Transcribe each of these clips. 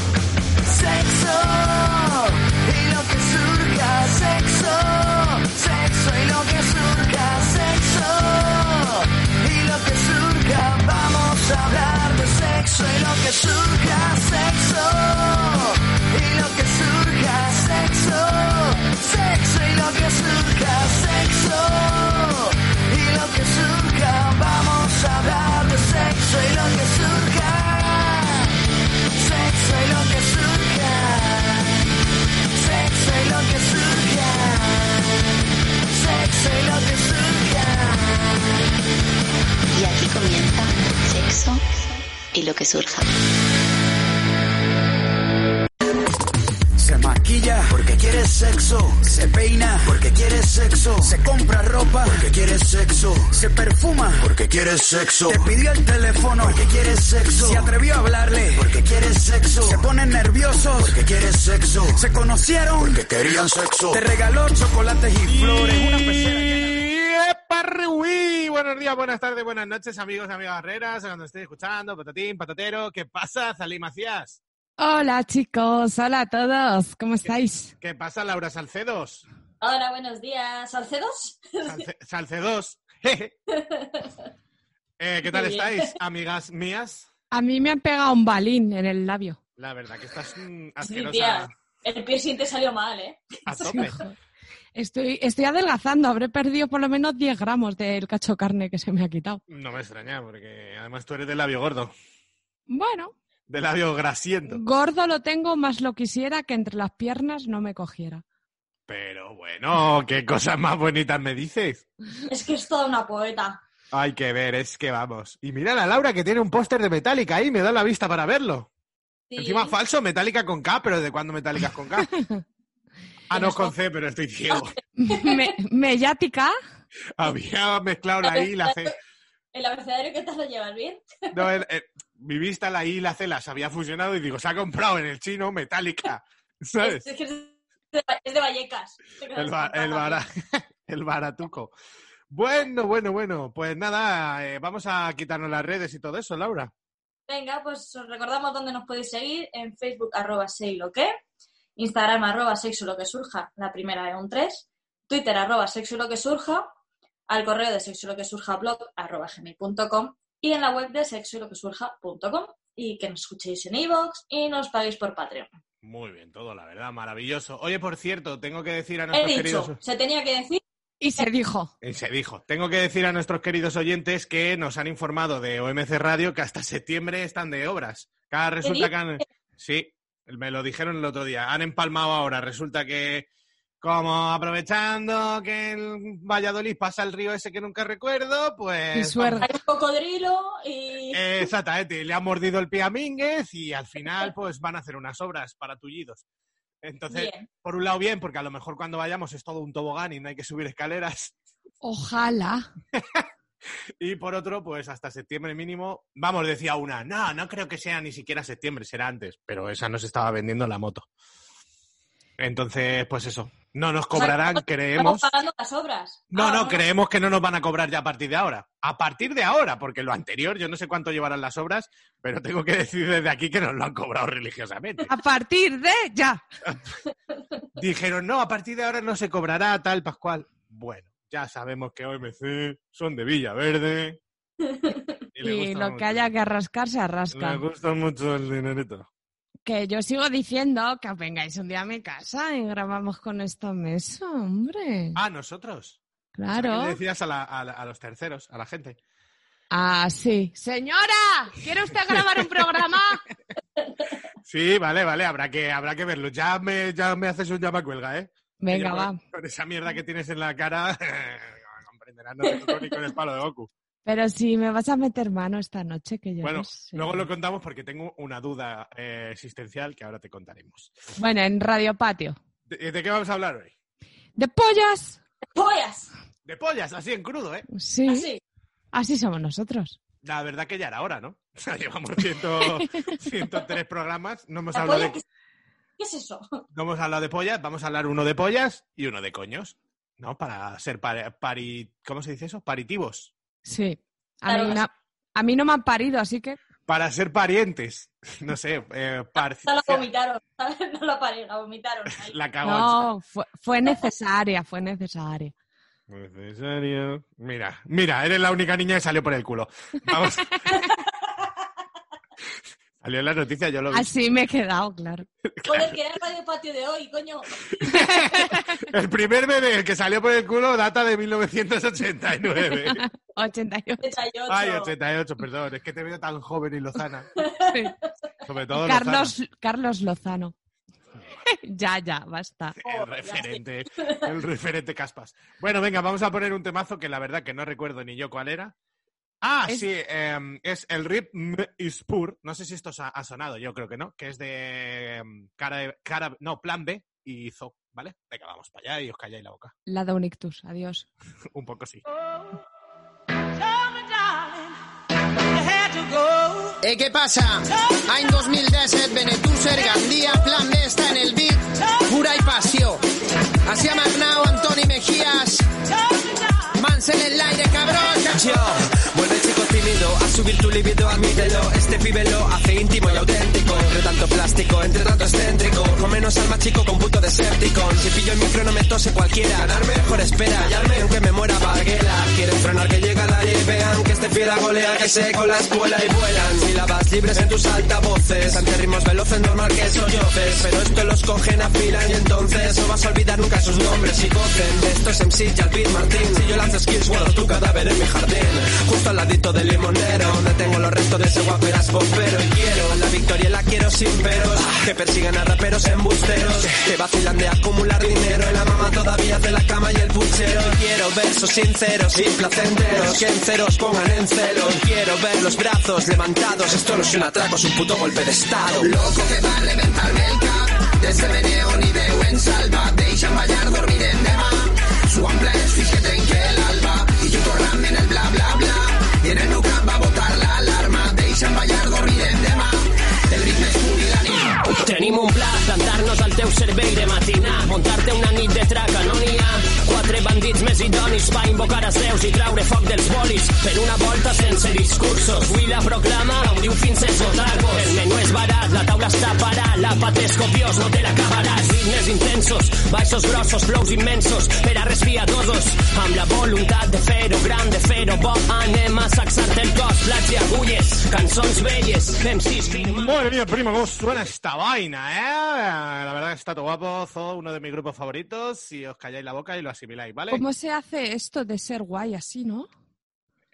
Sexo y lo que surja, sexo, sexo y lo que surja, sexo y lo que surja, vamos a hablar de sexo y lo que surja, sexo y lo que surja, sexo, sexo y lo que surja, sexo y lo que surja, vamos a hablar de sexo y lo que surja. Sexo y lo que surja. Sexo y lo que surja. Sexo y lo que surja. Y aquí comienza sexo y lo que surja. Se maquilla porque quiere sexo. Se peina porque quiere sexo. Se compra ropa porque quiere sexo. Se perfuma porque quiere sexo. Te pidió el teléfono porque quiere sexo. Se atrevió a hablarle porque quiere sexo. Se ponen nerviosos porque quiere sexo. Se conocieron porque querían sexo. Te regaló chocolates y flores. Una pecera llena de- Parruí. Buenos días, buenas tardes, buenas noches, amigos, amigas herreras, cuando estéis escuchando, patatín, patatero, ¿qué pasa, Zalí Macías? Hola chicos, hola a todos, ¿cómo estáis? ¿Qué pasa, Laura Salcedos? Hola, buenos días. ¿Salcedos? Salce- Salcedos. Jeje. Eh, ¿Qué tal Muy bien. estáis, amigas mías? A mí me han pegado un balín en el labio. La verdad que estás mm, Sí, asquerosa tía. El piercing te salió mal, ¿eh? a tope. Estoy, estoy adelgazando, habré perdido por lo menos 10 gramos del cacho carne que se me ha quitado. No me extraña, porque además tú eres de labio gordo, Bueno, de labio grasiento. gordo lo tengo, más lo quisiera que entre las piernas no me cogiera. Pero bueno, qué cosas más bonitas me dices. Es que es toda una poeta. Hay que ver, es que vamos. Y mira la Laura que tiene un póster de Metallica ahí, me da la vista para verlo. Sí. Encima falso, Metallica con K, pero ¿de cuándo Metallica es con K? ah, no es con C, pero estoy ciego. Me, mellática, Había mezclado la I y la C. ¿El abecedario qué tal lo llevas bien? No, el- el- mi vista, la I y la C las había fusionado y digo, se ha comprado en el chino Metallica. ¿Sabes? Es que es de, es de Vallecas. El, ba- el, bara- el baratuco. Bueno, bueno, bueno. Pues nada, eh, vamos a quitarnos las redes y todo eso, Laura. Venga, pues os recordamos dónde nos podéis seguir. En Facebook, arroba sei lo que. Instagram, arroba sexo lo que surja. La primera es un 3. Twitter, arroba sexo lo que surja. Al correo de sexo lo que surja blog, arroba gmail.com. Y en la web de sexo lo que surja.com. Y que nos escuchéis en iVoox y nos paguéis por Patreon. Muy bien, todo, la verdad, maravilloso. Oye, por cierto, tengo que decir a He nuestros queridos. dicho, se tenía que decir. y se dijo. Eh, Se dijo. Tengo que decir a nuestros queridos oyentes que nos han informado de OMC Radio que hasta septiembre están de obras. Cada resulta que han. Sí, me lo dijeron el otro día. Han empalmado ahora. Resulta que, como aprovechando que en Valladolid pasa el río ese que nunca recuerdo, pues. Y suerte. Hay un cocodrilo y... Eh, Exactamente, le han mordido el pie a Mínguez y al final pues van a hacer unas obras para tullidos. Entonces, Bien. por un lado bien, porque a lo mejor cuando vayamos es todo un tobogán y no hay que subir escaleras. Ojalá. Y por otro, pues hasta septiembre mínimo. Vamos, decía una, no, no creo que sea ni siquiera septiembre, será antes. Pero esa nos estaba vendiendo la moto. Entonces, pues eso. No nos cobrarán, Estamos creemos. pagando las obras. No, Ah, no, creemos que no nos van a cobrar ya a partir de ahora. A partir de ahora, porque lo anterior, yo no sé cuánto llevarán las obras, pero tengo que decir desde aquí que nos lo han cobrado religiosamente. A partir de ya. Dijeron, no, a partir de ahora no se cobrará tal Pascual. Bueno, ya sabemos que OMC son de Villaverde. Y, le gusta lo mucho. que haya Mm. que rascar se Me arrasca. gusta mucho el dinerito. Que yo sigo diciendo que os vengáis un día a mi casa y grabamos con esta mesa, hombre. Ah, nosotros. O sea, que claro. le decías a, la- a la- a los terceros, a la gente. Ah, sí. Señora, ¿quiere usted grabar un programa? Sí, vale, vale, habrá que, habrá que verlo. Ya me, ya me haces un llama cuelga, ¿eh? Venga, Ya va. Con, con esa mierda que tienes en la cara, comprenderás, no te toco ni con el palo de Goku. Pero si me vas a meter mano esta noche, que yo bueno, no sé. luego lo contamos porque tengo una duda eh, existencial que ahora te contaremos. Bueno, en Radio Patio. ¿De, de qué vamos a hablar hoy? ¡De pollas! ¡Pollas! De pollas, así en crudo, ¿eh? ¿Ah, Sí, Así. así somos nosotros. La verdad que ya era hora, ¿no? O sea, llevamos 100 103 programas, no hemos, La hablado polla de, que- ¿Qué es eso? no hemos hablado de pollas, vamos a hablar uno de pollas y uno de coños, ¿no? Para ser pari, pari- ¿cómo se dice eso? Paritivos. Sí. A, Claro. mí na- a mí no me han parido, así que Para ser parientes. No sé, eh, par- No la vomitaron, ¿sabes? No la paré, la vomitaron. ahí. la cagó. no, fue, fue necesaria, fue necesaria. Necesario. Mira, mira, eres la única niña que salió por el culo. Vamos. salió en la noticia, yo lo vi. Así me he quedado, claro. Joder, que era el Radio Patio de hoy, coño. El primer bebé que salió por el culo data de 1989. 88. 88. Ay, 88, perdón, es que te veo tan joven y lozana. Sobre todo Carlos, Carlos Lozano. ya, ya, basta. Lozana. El referente, el referente Caspas. Bueno, venga, vamos a poner un temazo que la verdad que no recuerdo ni yo cuál era. Ah, Es- sí, em, es el Rip M is Pur. No sé si esto sa- ha sonado, yo creo que no, que es de em, cara, cara, no, Plan B y Zo, ¿vale? Venga, vamos para allá y os calláis la boca. La de un ictus, adiós. Un poco sí. ¿Eh, ¿Qué pasa? Any 2010, Benetúser, Gandia, Plan B està en el beat, pura i passió. Així amb Arnau, Antoni Mejías, Mansell en l'aire, cabrón. Yo, vuelve chico tímido a subir tu libido, admítelo. Este pibe lo hace íntimo y auténtico. Entre tanto plástico, entre tanto excéntrico. Con menos alma chico con puto Decepticon. Si pillo el micro no me tose cualquiera. Ganarme mejor espera, hallarme aunque me muera Varguela. Quieren frenar que llega la ley, vean que este fiera golea que se con la escuela y vuelan. Sílabas libres en tus altavoces. Ante ritmos veloces, normal que sollozes. Pero esto los cogen a fila y entonces no vas a olvidar nunca sus nombres y gocen. De estos MC ya Pete Martín. Si yo lanzo skills, guardo tu cadáver en mi jardín. Justo al ladito del limonero, donde tengo los restos de ese guaperas bombero. Y quiero la victoria, y la quiero sin peros. Que persigan a raperos embusteros. Que vacilan de acumular dinero. Y la mamá todavía hace la cama y el puchero. Y Quiero versos sinceros y placenteros. Que enceros pongan en celo. Y Quiero ver los brazos levantados. Esto no es un atraco, es un puto golpe de estado. Loco que va a reventarme el cap. Desde Beneo ni de en salva. Deixa'm ballar, dormir en demà. Su ampla es fíjate en que el alba y yo corrame en el bla bla bla. Y en el nuca va a botar la alarma. Deixa'm ballar, dormir en demà. El ritme és pur i l'ànima. Tenim un pla, plantar-nos al teu cervell de matina, muntar-te una nit de traca, no n'hi ha. Quatre bandits més idonis va invocar els déus i traure foc dels bolis per una volta sense discursos. Avui la proclama ombriu fins a esgotar-vos. El menú és barat, la taula està parat, l'àpat és copiós, no te l'acabaràs. Ritmes intensos, baixos grossos, flows immensos, per a res piadosos. Amb la voluntat de fer-ho gran, de fer-ho bo, anem a saxar-te el cos. Plats i agulles, cançons velles, MCs firmats. Madre mía, primo, ¿cómo suena esta vaina, eh? La verdad que está todo guapo, Zo, uno de mis grupos favoritos. Si os calláis la boca y lo asimiláis, ¿vale? ¿Cómo se hace esto de ser guay así, no?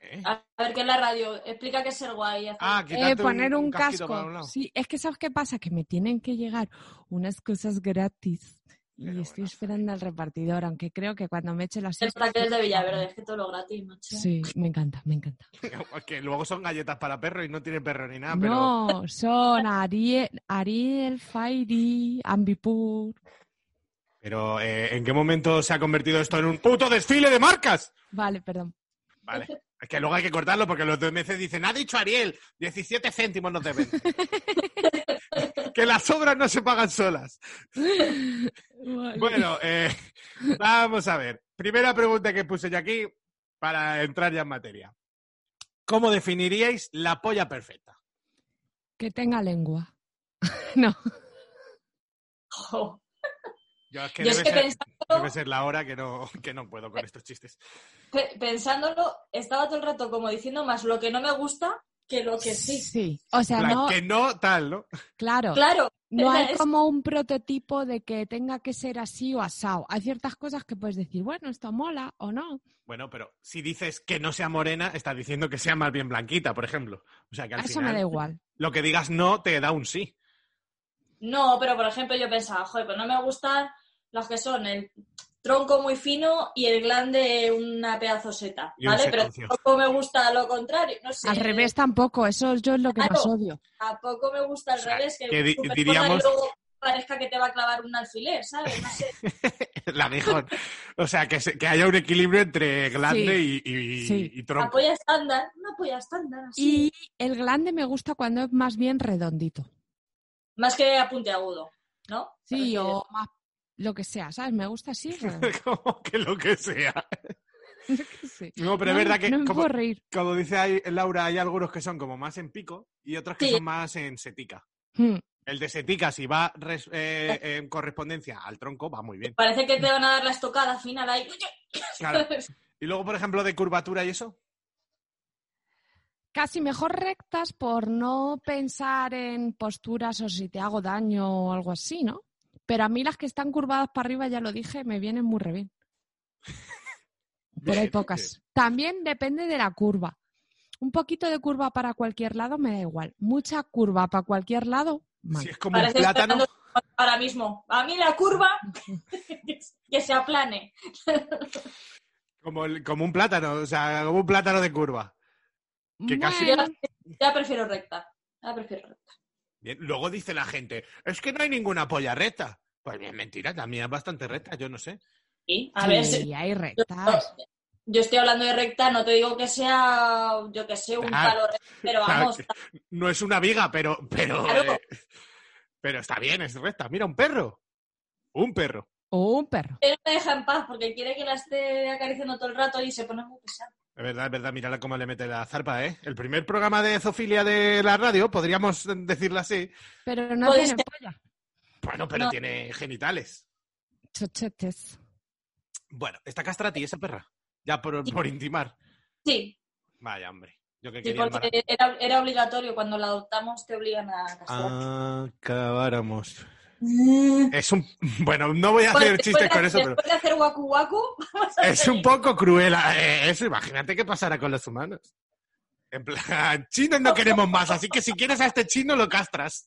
¿Eh? A ver, ¿qué es la radio? Explica qué es el guay. hacer- Ah, Eh, quitarte poner un, casquito casco. para un lado. Sí, es que ¿sabes qué pasa? Que me tienen que llegar unas cosas gratis. Y Pero estoy bueno, esperando al repartidor, aunque creo que cuando me eche las... El taller de Villaverde, es que todo lo gratis, macho. Sí, me encanta, me encanta. Que luego son galletas para perro y no tiene perro ni nada, Ah, pero no, son Ariel, Ariel, Fairy, Ambipur. pero eh, ¿en qué momento se ha convertido esto en un puto desfile de marcas? Vale, perdón. Vale. Es que luego hay que cortarlo porque los DMC dicen, ha dicho Ariel, 17 céntimos nos deben. que las obras no se pagan solas. Bueno, eh, vamos a ver. Primera pregunta que puse yo aquí para entrar ya en materia. ¿Cómo definiríais la polla perfecta? Que tenga lengua. no. Jo. Yo es que, Yo debe, es ser, debe que pensándolo, ser la hora que no, que no puedo con estos chistes. pe- pensándolo, estaba todo el rato como diciendo más lo que no me gusta que lo que sí. Sí. O sea, Plan, no, Que no tal, ¿no? claro. Claro, No hay es- como un prototipo de que tenga que ser así o asado. Hay ciertas cosas que puedes decir, bueno, esto mola o no. Bueno, pero si dices que no sea morena, estás diciendo que sea más bien blanquita, por ejemplo. O sea que al Eso final me da igual. lo que digas no te da un sí. No, pero por ejemplo yo pensaba, joder, pues no me gustan los que son el tronco muy fino y el glande una pedazo seta, Y un ¿vale? Pero seconcio. tampoco me gusta lo contrario, no sé. Al revés tampoco, eso yo es lo que más Claro. odio. Tampoco me gusta al revés, que, que di- Superman diríamos- luego parezca que te va a clavar un alfiler, ¿sabes? No sé. La mejor. O sea, que, se- que haya un equilibrio entre glande y, y- Sí. y Una tronco. polla estándar, una polla estándar, Y así. el glande me gusta cuando es más bien redondito. Más que a puntiagudo, ¿no? Sí, Porque- o más lo que sea, ¿sabes? Me gusta así. redondo. Como que lo que sea. Yo qué sé. No, pero No, es verdad que, no me como, puedo reír. como dice ahí Laura, hay algunos que son como más en pico y otros que Sí. son más en setica. Hmm. El de setica, si va res- eh, en correspondencia al tronco, va muy bien. Parece que te van a dar la estocada final ahí. Claro. Y luego, por ejemplo, de curvatura y eso. Casi mejor rectas por no pensar en posturas o si te hago daño o algo así, ¿no? Pero a mí las que están curvadas para arriba, ya lo dije, me vienen muy re bien. Pero hay Bien, pocas. También depende de la curva. Un poquito de curva para cualquier lado me da igual. Mucha curva para cualquier lado, bien. mal. Si es como un Parece plátano, ahora mismo. A mí la curva que se aplane. como, el- como un plátano, o sea, como un plátano de curva. que casi- Yo Bueno, la, ya prefiero recta. Ya prefiero recta. Bien. Luego dice la gente, es que no hay ninguna polla recta. Pues bien, mentira, también es bastante recta, yo no sé. Sí, a ver, sí, si- hay yo, rectas. yo estoy hablando de recta, no te digo que sea, yo que sé, un Claro. palo recto, pero vamos, Claro, No es una viga, pero, pero, Claro. eh, pero está bien, es recta. Mira, un perro. Oh, Un perro. O un perro. él me deja en paz porque quiere que la esté acariciando todo el rato y se pone muy pesado. Es verdad, es verdad, mira cómo le mete la zarpa, ¿eh? El primer programa de zoofilia de la radio, podríamos decirlo así. Pero no Puede tienen ser. polla. Bueno, pero No. tiene genitales. Chochetes. Bueno, está castrati esa perra. Ya por, por intimar. Sí, Vaya, hombre. Yo que sí, quería embarazar. porque era, era obligatorio. Cuando la adoptamos te obligan a casar. Ah. Acabáramos. Es un. Bueno, no voy a Bueno, hacer Mm. después chistes de- con eso, pero. Después de hacer guacu guacu, vamos a Es un seguir. poco cruel eh, eso. Imagínate qué pasará con los humanos. En plan, chinos no queremos más, así que si quieres a este chino lo castras.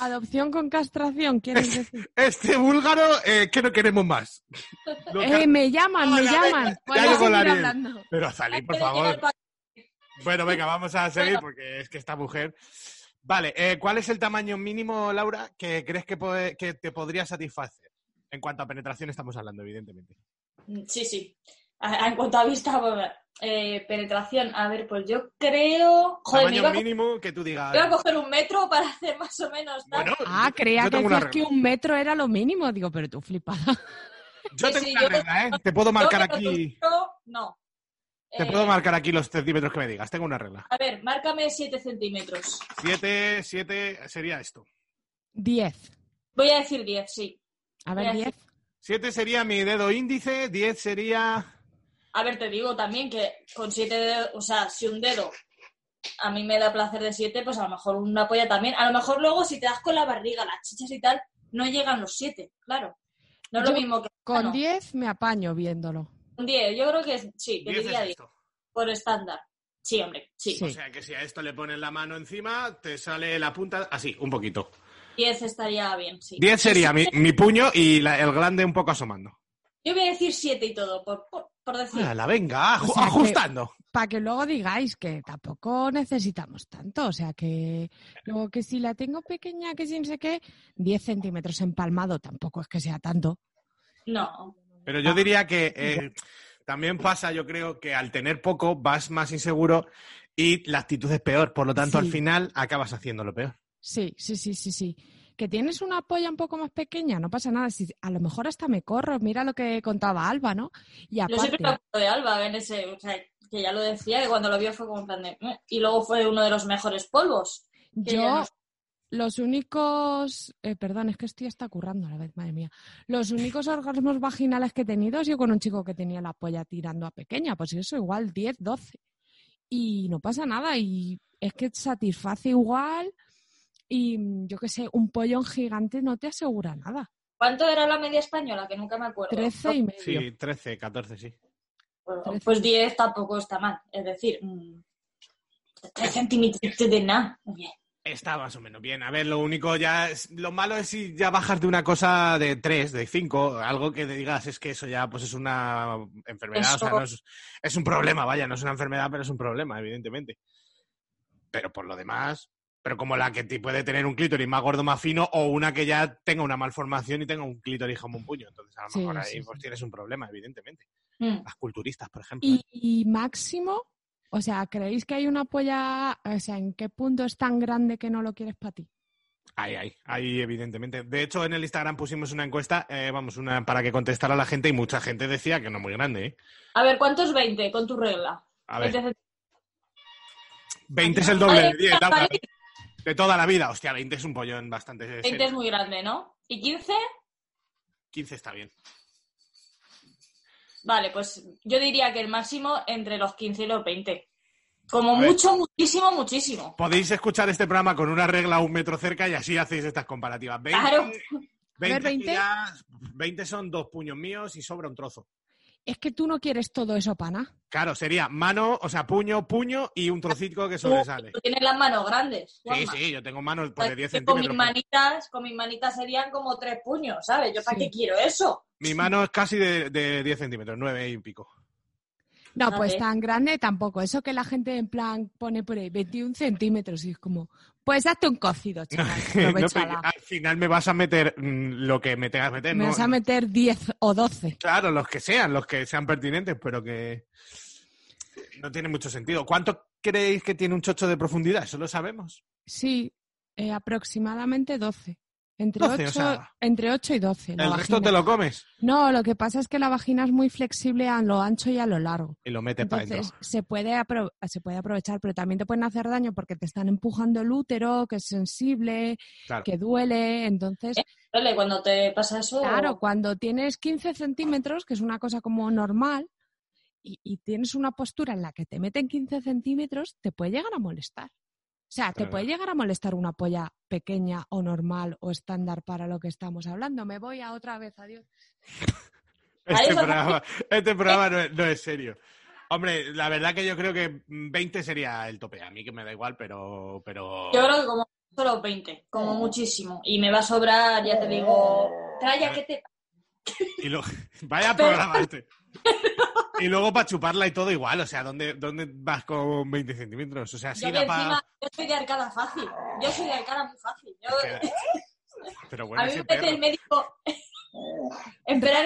Adopción con castración, quieres decir. Este búlgaro eh, que no queremos más. Lo Eh, ca- me llaman, me Hola, llaman. Ya llegó Podemos seguir Lariel. hablando. Pero salí, por Antes de favor. llegar pa- Bueno, venga, vamos a seguir Bueno. porque es que esta mujer. Vale, eh, ¿cuál es el tamaño mínimo, Laura, que crees que, po- que te podría satisfacer? En cuanto a penetración estamos hablando, evidentemente. Sí, sí. A- a- En cuanto a vista, bueno, eh, penetración, a ver, pues yo creo. Joder, me tamaño iba a, co- mínimo que tú digas. me iba a coger un metro para hacer más o menos. tal. Bueno, Ah, yo- creía yo que tengo una decías que regla. un metro era lo mínimo. Digo, pero tú flipada. Yo Sí, tengo Ah, sí, una yo- regla, ¿eh? Te puedo Yo marcar creo que un aquí. metro, no. Te Eh, puedo marcar aquí los centímetros que me digas. Tengo una regla. A ver, márcame 7 centímetros. Siete, siete, sería esto. Diez. Voy a decir 10, sí. A ver, Voy a diez. Siete sería mi dedo índice, diez sería. A ver, te digo también que con 7 dedos, o sea, si un dedo a mí me da placer de 7, pues a lo mejor una polla también. A lo mejor luego si te das con la barriga, las chichas y tal, no llegan los 7, claro. No es Yo lo mismo que Con no. diez me apaño viéndolo. Un 10, yo creo que es- sí, que Diez diría es 10, esto. por estándar. Sí, hombre, sí. Sí. O sea que si a esto le pones la mano encima, te sale la punta así, un poquito. 10 estaría bien, sí. Pues 10 sería mi, mi puño y la- el glande un poco asomando. Yo voy a decir 7 y todo, por, por, por decir. la venga, aju- O sea que- ajustando. Para que luego digáis que tampoco necesitamos tanto. O sea, que luego que si la tengo pequeña, que si no sé qué, diez centímetros empalmado tampoco es que sea tanto. No, Pero yo diría que eh, también pasa, yo creo, que al tener poco vas más inseguro y la actitud es peor. Por lo tanto, Sí. al final acabas haciéndolo peor. Sí, sí, sí, sí, sí. Que tienes una polla un poco más pequeña, no pasa nada. Si, a lo mejor hasta me corro. Mira lo que contaba Alba, ¿no? Y Yo siempre me aparte, acuerdo de Alba en ese, o sea, que ya lo decía, que cuando lo vio fue como en plan de. "Eh". Y luego fue uno de los mejores polvos. que ya yo no- Los únicos, eh, perdón, es que estoy hasta currando a la vez, madre mía. Los únicos orgasmos vaginales que he tenido ha sido con un chico que tenía la polla tirando a pequeña, pues eso igual 10, 12. Y no pasa nada, y es que satisface igual. Y mm, yo qué sé, un pollón gigante no te asegura nada. ¿Cuánto era la media española? Que nunca me acuerdo. 13 y medio. Sí, 13, 14, sí. Bueno, trece. Pues mm, 10 tampoco está mal. Es decir, 3 centímetros de nada. Oye, Está más o menos bien. A ver, lo único ya. es- lo malo es si ya bajas de una cosa de tres, de cinco, algo que te digas es que eso ya pues es una enfermedad. O sea, Eso- no es, es un problema, vaya, no es una enfermedad, pero es un problema, evidentemente. Pero por lo demás. Pero como la que te puede tener un clítoris más gordo, más fino, o una que ya tenga una malformación y tenga un clítoris como un puño. Entonces, a lo Sí, mejor ahí sí, pues sí. tienes un problema, evidentemente. Mm. Las culturistas, por ejemplo. Y, y máximo, o sea, ¿creéis que hay una polla, o sea, en qué punto es tan grande que no lo quieres para ti? Ahí, ahí, ahí, evidentemente. De hecho, en el Instagram pusimos una encuesta, eh, vamos, una para que contestara la gente y mucha gente decía que no muy grande, ¿eh? A ver, ¿cuántos 20 con tu regla? A ver, 20 20 es el doble de Ay, 10, está Laura, París. de toda la vida. Hostia, 20 es un pollón bastante. serio. 20 es muy grande, ¿no? ¿Y 15? 15 está bien. Vale, pues yo diría que el máximo entre los 15 y los 20. Como A ver. mucho, muchísimo, muchísimo. Podéis escuchar este programa con una regla a un metro cerca y así hacéis estas comparativas. 20, Claro. 20, A ver, 20. que ya- 20 son dos puños míos y sobra un trozo. Es que tú no quieres todo eso, pana. Claro, sería mano, o sea, puño, puño y un trocito que sobresale. Tú tienes las manos grandes. Sí, Juanma. sí, yo tengo manos pues, de 10 Que con centímetros. mis manitas, con mis manitas serían como tres puños, ¿sabes? Yo para Sí. qué quiero eso. Mi mano es casi de, de 10 centímetros, 9 y pico. No, A pues ver. tan grande tampoco. Eso que la gente en plan pone por ahí 21 centímetros y es como, pues hazte un cocido, chaval. No, aprovechala. pero al final me vas a meter mm, lo que me tengas que meter. Me ¿no? vas a meter 10 o 12. Claro, los que sean, los que sean pertinentes, pero que no tiene mucho sentido. ¿Cuánto creéis que tiene un chocho de profundidad? Eso lo sabemos. Sí, eh, aproximadamente 12. Entre, 12, o 8, sea, entre 8 y 12. la El resto vagina. te lo comes No, lo que pasa es que la vagina es muy flexible a lo ancho y a lo largo. y lo metes para Entonces adentro. se puede, apro- se puede aprovechar, pero también te pueden hacer daño porque te están empujando el útero, que es sensible, Claro. que duele. Entonces, Vale, cuando te pasa eso. claro, cuando tienes 15 centímetros, que es una cosa como normal, y, y tienes una postura en la que te meten 15 centímetros, te puede llegar a molestar. O sea, te Claro. puede llegar a molestar una polla pequeña o normal o estándar para lo que estamos hablando. Me voy a otra vez, adiós. Ahí Este lo- programa, este programa no, es, no es serio. Hombre, la verdad que yo creo que mm, 20 sería el tope. A mí que me da igual, pero... pero... Yo creo que como solo 20, como muchísimo. Y me va a sobrar, ya te digo, traya que te... Y lo- Vaya Pero- programa este. Y luego para chuparla y todo igual, o sea, ¿dónde, dónde vas con 20 centímetros? O sea, sí Yo que da pa- encima, yo soy de arcada fácil. Yo soy de arcada muy fácil. Yo- Queda- Pero bueno, a mí ese me mete el perro. médico... Esperad,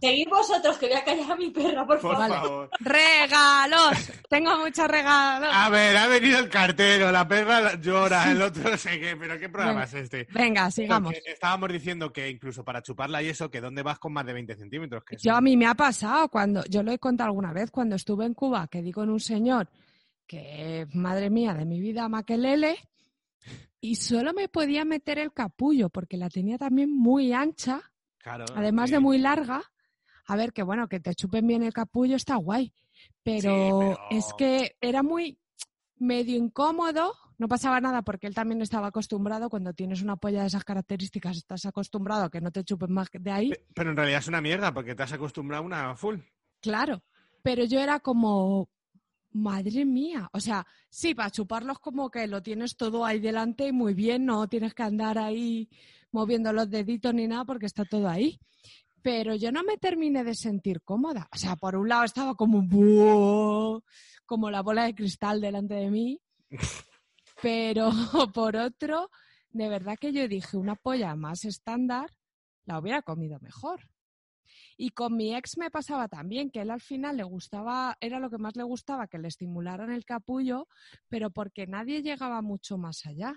seguid vosotros, que voy a callar a mi perra, por Por favor. favor. ¡Regalos! Tengo muchos regalos. A ver, ha venido el cartero, la perra la- llora, el otro no sé qué, pero ¿qué programa es este? Venga, sigamos. Porque Estábamos diciendo que incluso para chuparla y eso, que dónde vas con más de 20 centímetros. Que Yo eso- a mí me ha pasado cuando, yo lo he contado alguna vez, cuando estuve en Cuba, que di con un señor que, madre mía, de mi vida, maquelele, y solo me podía meter el capullo, porque la tenía también muy ancha, Claro, además sí. de muy larga. A ver, que bueno, que te chupen bien el capullo está guay, pero, pero- es que era muy medio incómodo, no pasaba nada porque él también estaba acostumbrado, cuando tienes una polla de esas características, estás acostumbrado a que no te chupen más de ahí. Pe- Pero en realidad es una mierda, porque te has acostumbrado a una full. Claro, pero yo era como, madre mía, o sea, sí, para chuparlos como que lo tienes todo ahí delante y muy bien, no tienes que andar ahí moviendo los deditos ni nada porque está todo ahí. Pero yo no me terminé de sentir cómoda. O sea, por un lado estaba como, "Buah", como la bola de cristal delante de mí, pero por otro, de verdad que yo dije, una polla más estándar la hubiera comido mejor. Y con mi ex me pasaba también que él al final le gustaba, era lo que más le gustaba, que le estimularan el capullo, pero porque nadie llegaba mucho más allá.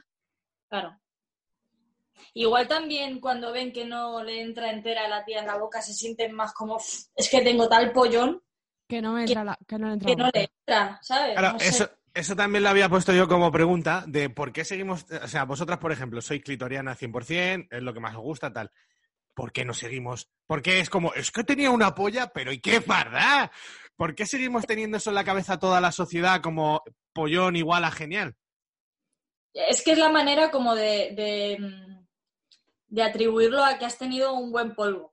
Claro. Igual también cuando ven que no le entra entera la tía en la boca, se sienten más como, "Uf, es que tengo tal pollón Que no me entra la, que no le entra que la no boca. le entra, ¿sabes? Claro, No sé. eso, eso también lo había puesto yo como pregunta de por qué seguimos, o sea, vosotras, por ejemplo, sois clitoriana 100%, es lo que más os gusta, tal. ¿Por qué no seguimos? Porque es como, es que tenía una polla, pero ¿y qué farda? ¿Por qué seguimos teniendo eso en la cabeza toda la sociedad como pollón igual a genial? Es que es la manera como de, de, mm, de atribuirlo a que has tenido un buen polvo,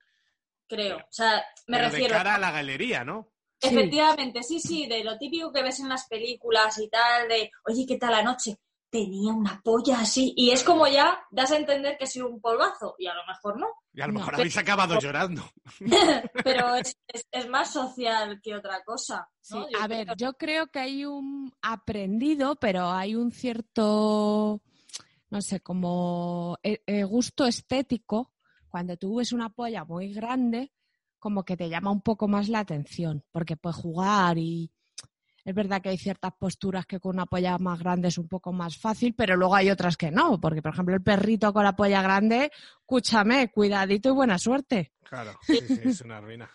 creo. O sea, me Pero refiero. de cara a la galería, ¿no? Sí. Efectivamente, sí, sí, de lo típico que ves en las películas y tal, de, oye, ¿qué tal la noche? tenía una polla así. Y es como ya das a entender que ha sido un polvazo, y a lo mejor no. Y a lo No, mejor pero- habéis acabado llorando. Pero es, es- es más social que otra cosa. Sí, ¿no? a Yo ver, creo- yo creo que hay un aprendido, pero hay un cierto, no sé, como eh, eh, gusto estético. Cuando tú ves una polla muy grande, como que te llama un poco más la atención, porque puedes jugar y es verdad que hay ciertas posturas que con una polla más grande es un poco más fácil, pero luego hay otras que no, porque por ejemplo el perrito con la polla grande, escúchame, cuidadito y buena suerte. Claro, sí, sí, es una ruina.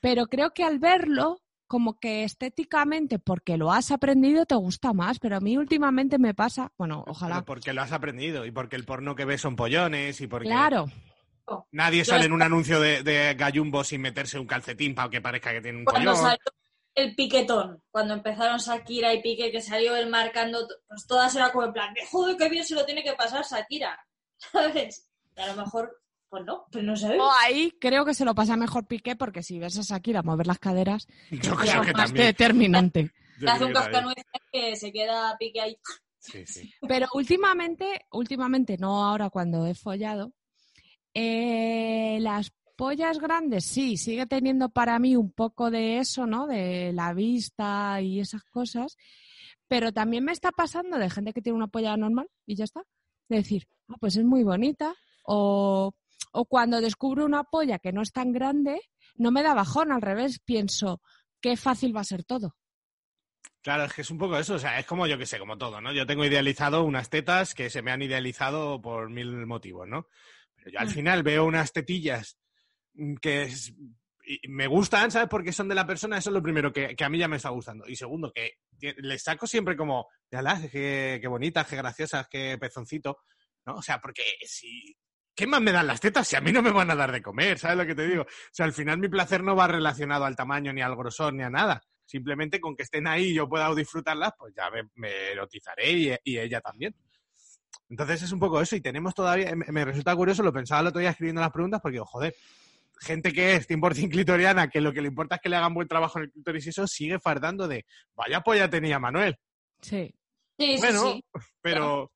Pero creo que al verlo, como que estéticamente, porque lo has aprendido, te gusta más. Pero a mí últimamente me pasa, bueno, ojalá. Pero porque lo has aprendido y porque el porno que ves son pollones y porque Claro, nadie Yo sale en esto- un anuncio de, de gallumbo sin meterse un calcetín para que parezca que tiene un Cuando pollón. salió el piquetón, cuando empezaron Shakira y Piqué, que salió él marcando, to- pues todas era como en plan, "¡Qué joder, qué bien se lo tiene que pasar Shakira! ¿Sabes? Y a lo mejor, pues no, pero no sabemos. o ahí creo que se lo pasa mejor Piqué, porque si ves a Shakira mover las caderas, Yo es creo lo que más también. determinante. Yo Le hace creo un que también. cascanueces que se queda Piqué ahí. Sí, sí. Pero últimamente, últimamente, no ahora cuando he follado, eh, las pollas grandes sí, sigue teniendo para mí un poco de eso, ¿no? De la vista y esas cosas. Pero también me está pasando de gente que tiene una polla normal y ya está. De decir, ah, pues es muy bonita. O, o cuando descubro una polla que no es tan grande, no me da bajón, al revés, pienso, qué fácil va a ser todo. Claro, es que es un poco eso, o sea, es como yo que sé, como todo, ¿no? Yo tengo idealizado unas tetas que se me han idealizado por mil motivos, ¿no? Pero yo al final veo unas tetillas mm, que es- y- y me gustan, ¿sabes? Porque son de la persona, eso es lo primero que, que a mí ya me está gustando. Y segundo, que tie- les saco siempre como, ya las, qué, qué bonitas, qué graciosas, qué pezoncito, ¿no? O sea, porque si... ¿Qué más me dan las tetas si a mí no me van a dar de comer? ¿Sabes lo que te digo? O sea, al final mi placer no va relacionado al tamaño, ni al grosor, ni a nada. Simplemente con que estén ahí y yo pueda disfrutarlas, pues ya me, me erotizaré y, y ella también. Entonces es un poco eso y tenemos todavía, me, me resulta curioso, lo pensaba el otro día escribiendo las preguntas porque, digo, joder, gente que es 100% clitoriana, que lo que le importa es que le hagan buen trabajo en el clitoris y eso, sigue fardando de, vaya polla tenía Manuel. Sí. Sí, sí, bueno, sí. pero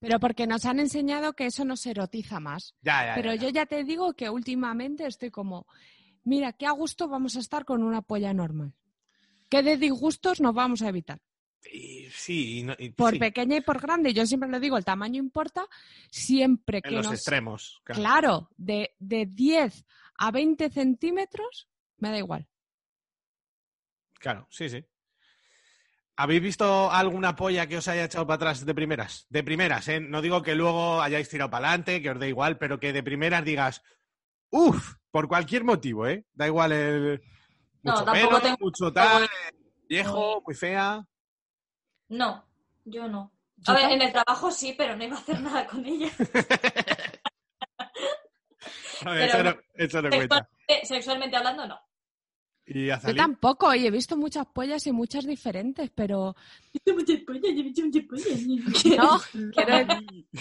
Pero porque nos han enseñado que eso nos erotiza más. ya, ya, ya, Pero ya. yo ya te digo que últimamente estoy como, mira, qué a gusto vamos a estar con una polla normal. Qué de disgustos nos vamos a evitar. Y sí, y no- y Por sí, pequeña y por grande, yo siempre le digo, el tamaño importa, siempre en que los nos... extremos. claro. Claro, de, de 10 a 20 centímetros, me da igual. Claro, sí, sí. ¿Habéis visto alguna polla que os haya echado para atrás de primeras? De primeras, ¿eh? No digo que luego hayáis tirado para adelante, que os dé igual, pero que de primeras digas, uff, por cualquier motivo, ¿eh? Da igual el. No, Mucho tampoco pelo, tengo- mucho tal, eh, viejo, muy fea. No, yo no. Yo A ver, tam- en el trabajo sí, pero no iba a hacer nada con ella. A ver, eso Pero no, eso no cuenta. Sexualmente, sexualmente hablando, no. Y a Yo salir. tampoco, y he visto muchas pollas y muchas diferentes, pero no, quiero-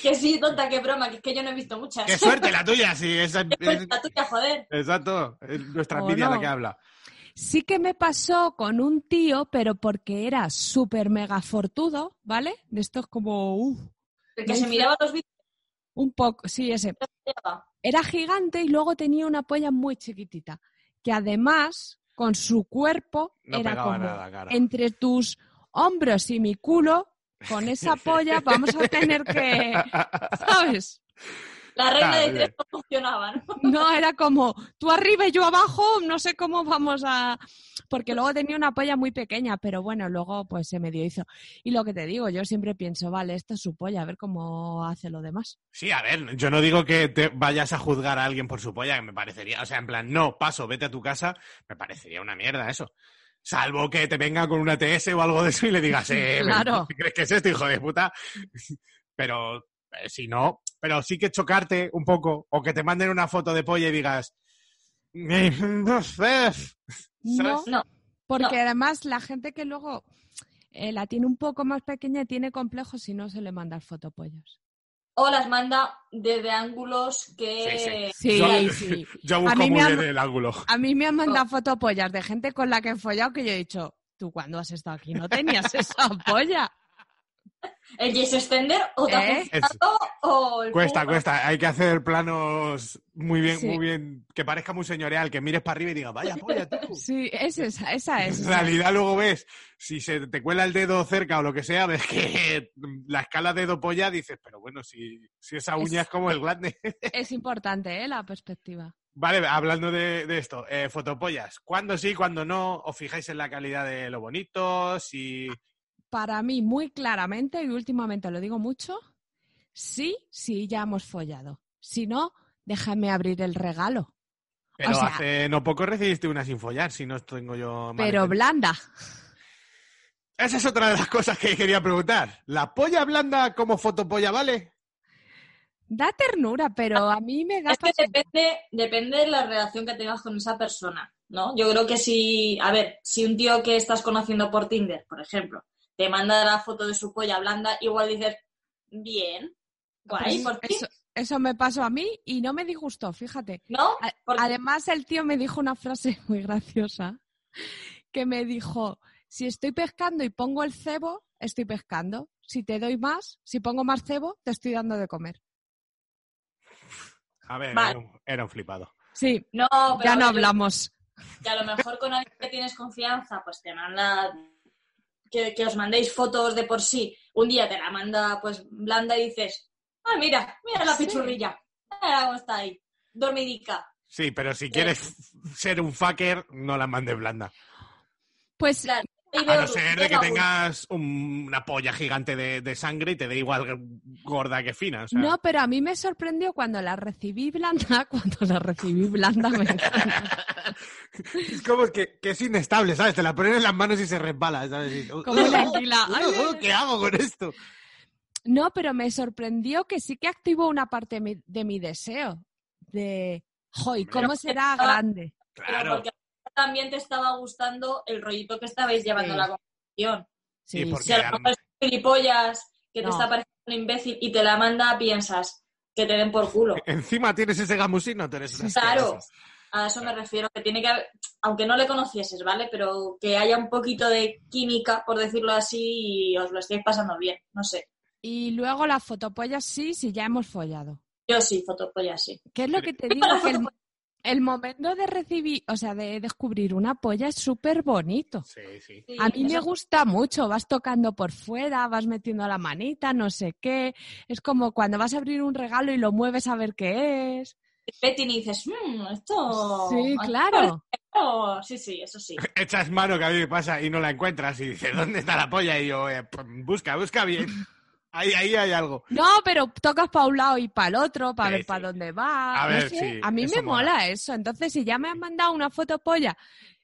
Que sí, tonta, qué broma, que es que yo no he visto muchas. ¡Qué suerte la tuya! Sí, esa- Qué es- suerte la tuya, joder. exacto, es O nuestra envidia no. la que habla. Sí que me pasó con un tío, pero porque era súper mega fortudo, ¿vale? De estos como uf, El que se miraba los vídeos. un poco, sí, ese. miraba. Era gigante y luego tenía una polla muy chiquitita, que además con su cuerpo No era pegaba como nada, claro. entre tus hombros y mi culo, con esa polla vamos a tener que, ¿sabes? La regla Claro, de tres Ah, bien. no funcionaba, ¿no? No, era como tú arriba y yo abajo, no sé cómo vamos a. Porque luego tenía una polla muy pequeña, pero bueno, luego pues se medio hizo. Y lo que te digo, yo siempre pienso, vale, esto es su polla, a ver cómo hace lo demás. Sí, a ver, yo no digo que te vayas a juzgar a alguien por su polla, que me parecería, o sea, en plan, no, paso, vete a tu casa, me parecería una mierda eso. Salvo que te venga con una TS o algo de eso y le digas, eh, Claro. ¿qué crees que es esto, hijo de puta? Pero eh, si no, pero sí que chocarte un poco o que te manden una foto de polla y digas, "Eh, no sé". No, ¿Sabes? No, porque no. además la gente que luego eh, la tiene un poco más pequeña tiene complejos y no se le mandan fotopollas. O las manda desde ángulos que... Sí, Yo- sí. Yo mí busco me muy han- bien el ángulo. A mí me han mandado fotopollas de gente con la que he follado que yo he dicho, "Tú tú cuando has estado aquí no tenías esa polla. El Jess Extender o te ¿Eh? has funcionado o el Cuesta, puro. cuesta. Hay que hacer planos muy bien, Sí. muy bien, que parezca muy señorial, que mires para arriba y digas, vaya polla tú. Sí, es esa, esa es. En realidad luego ves, si se te cuela el dedo cerca o lo que sea, ves que la escala dedo polla dices, pero bueno, si, si esa uña Es- es como el glande. Es importante, ¿eh? La perspectiva. Vale, hablando de, de esto, eh, fotopollas, ¿cuándo sí, cuándo no? ¿Os fijáis en la calidad de lo bonito? Si... Para mí, muy claramente, y últimamente lo digo mucho, sí, sí, ya hemos follado. Si no, déjame abrir el regalo. Pero sea- hace no poco recibiste una sin follar, si no tengo yo mal Pero entendido. blanda. Esa es otra de las cosas que quería preguntar. ¿La polla blanda como fotopolla vale? Da ternura, pero a mí me da... Ah, Es que depende, depende de la relación que tengas con esa persona, ¿no? Yo creo que si, a ver, si un tío que estás conociendo por Tinder, por ejemplo, te manda la foto de su polla blanda, igual dices, bien, guay, Pues ¿eh? por ti, eso, eso me pasó a mí y no me disgustó, fíjate. ¿no? A- Porque- Además, el tío me dijo una frase muy graciosa que me dijo, si estoy pescando y pongo el cebo, estoy pescando. Si te doy más, si pongo más cebo, te estoy dando de comer. A ver, Vale. era, un, era un flipado. Sí, No, pero ya no a ver, hablamos. que a lo mejor con alguien que tienes confianza, pues te manda que, que os mandéis fotos de por sí. Un día te la manda pues blanda y dices, ah, mira, mira la Sí. pichurrilla, mira cómo está ahí, dormidica. Sí, pero si quieres Eh. f- ser un fucker, no la mandes blanda. Pues Claro. Ahí A veo no tu- ser veo de que la tengas un- una polla gigante de, de sangre y te dé igual gorda que fina. o sea. no, pero a mí me sorprendió cuando la recibí blanda, cuando la recibí blanda me encanta. Es como que, que es inestable, ¿sabes? Te la ponen en las manos y se resbala, ¿sabes? Y- Como una anguila. Uh, Ay, uh, ¿Qué hago con esto? No, pero me sorprendió que sí que activó una parte de mi, de mi deseo. De, joy, ¿cómo será grande? Pero Claro. porque también te estaba gustando el rollito que estabais Sí. llevando a la conversación. Sí, porque Si a lo am- mejor es un gilipollas que No. te está pareciendo un imbécil y te la manda, piensas que te den por culo. encima tienes ese gamusino, tú eres un Claro, asqueroso. a eso me refiero, que tiene que haber, aunque no le conocieses, ¿vale? Pero que haya un poquito de química, por decirlo así, y os lo estéis pasando bien, no sé. Y luego la fotopolla sí, sí, ya hemos follado. Yo sí, fotopolla sí. ¿Qué es lo que te digo? Que el, el momento de recibir, o sea, de descubrir una polla es súper bonito. Sí, sí. A mí me eso- gusta mucho, vas tocando por fuera, vas metiendo la manita, no sé qué. Es como cuando vas a abrir un regalo y lo mueves a ver qué es. Betty y dices, "Mm, Oh, esto... Sí, aquí claro. parece- Sí, sí, eso sí. Echas mano que a mí me pasa y no la encuentras y dices, ¿dónde está la polla? Y yo, eh, pum, busca, busca bien. Ahí, ahí hay algo. No, pero tocas para un lado y para el otro, para Sí, ver sí. para dónde va. A no ver, sé. sí, a mí eso me mola. mola. eso. Entonces, si ya me han mandado una foto polla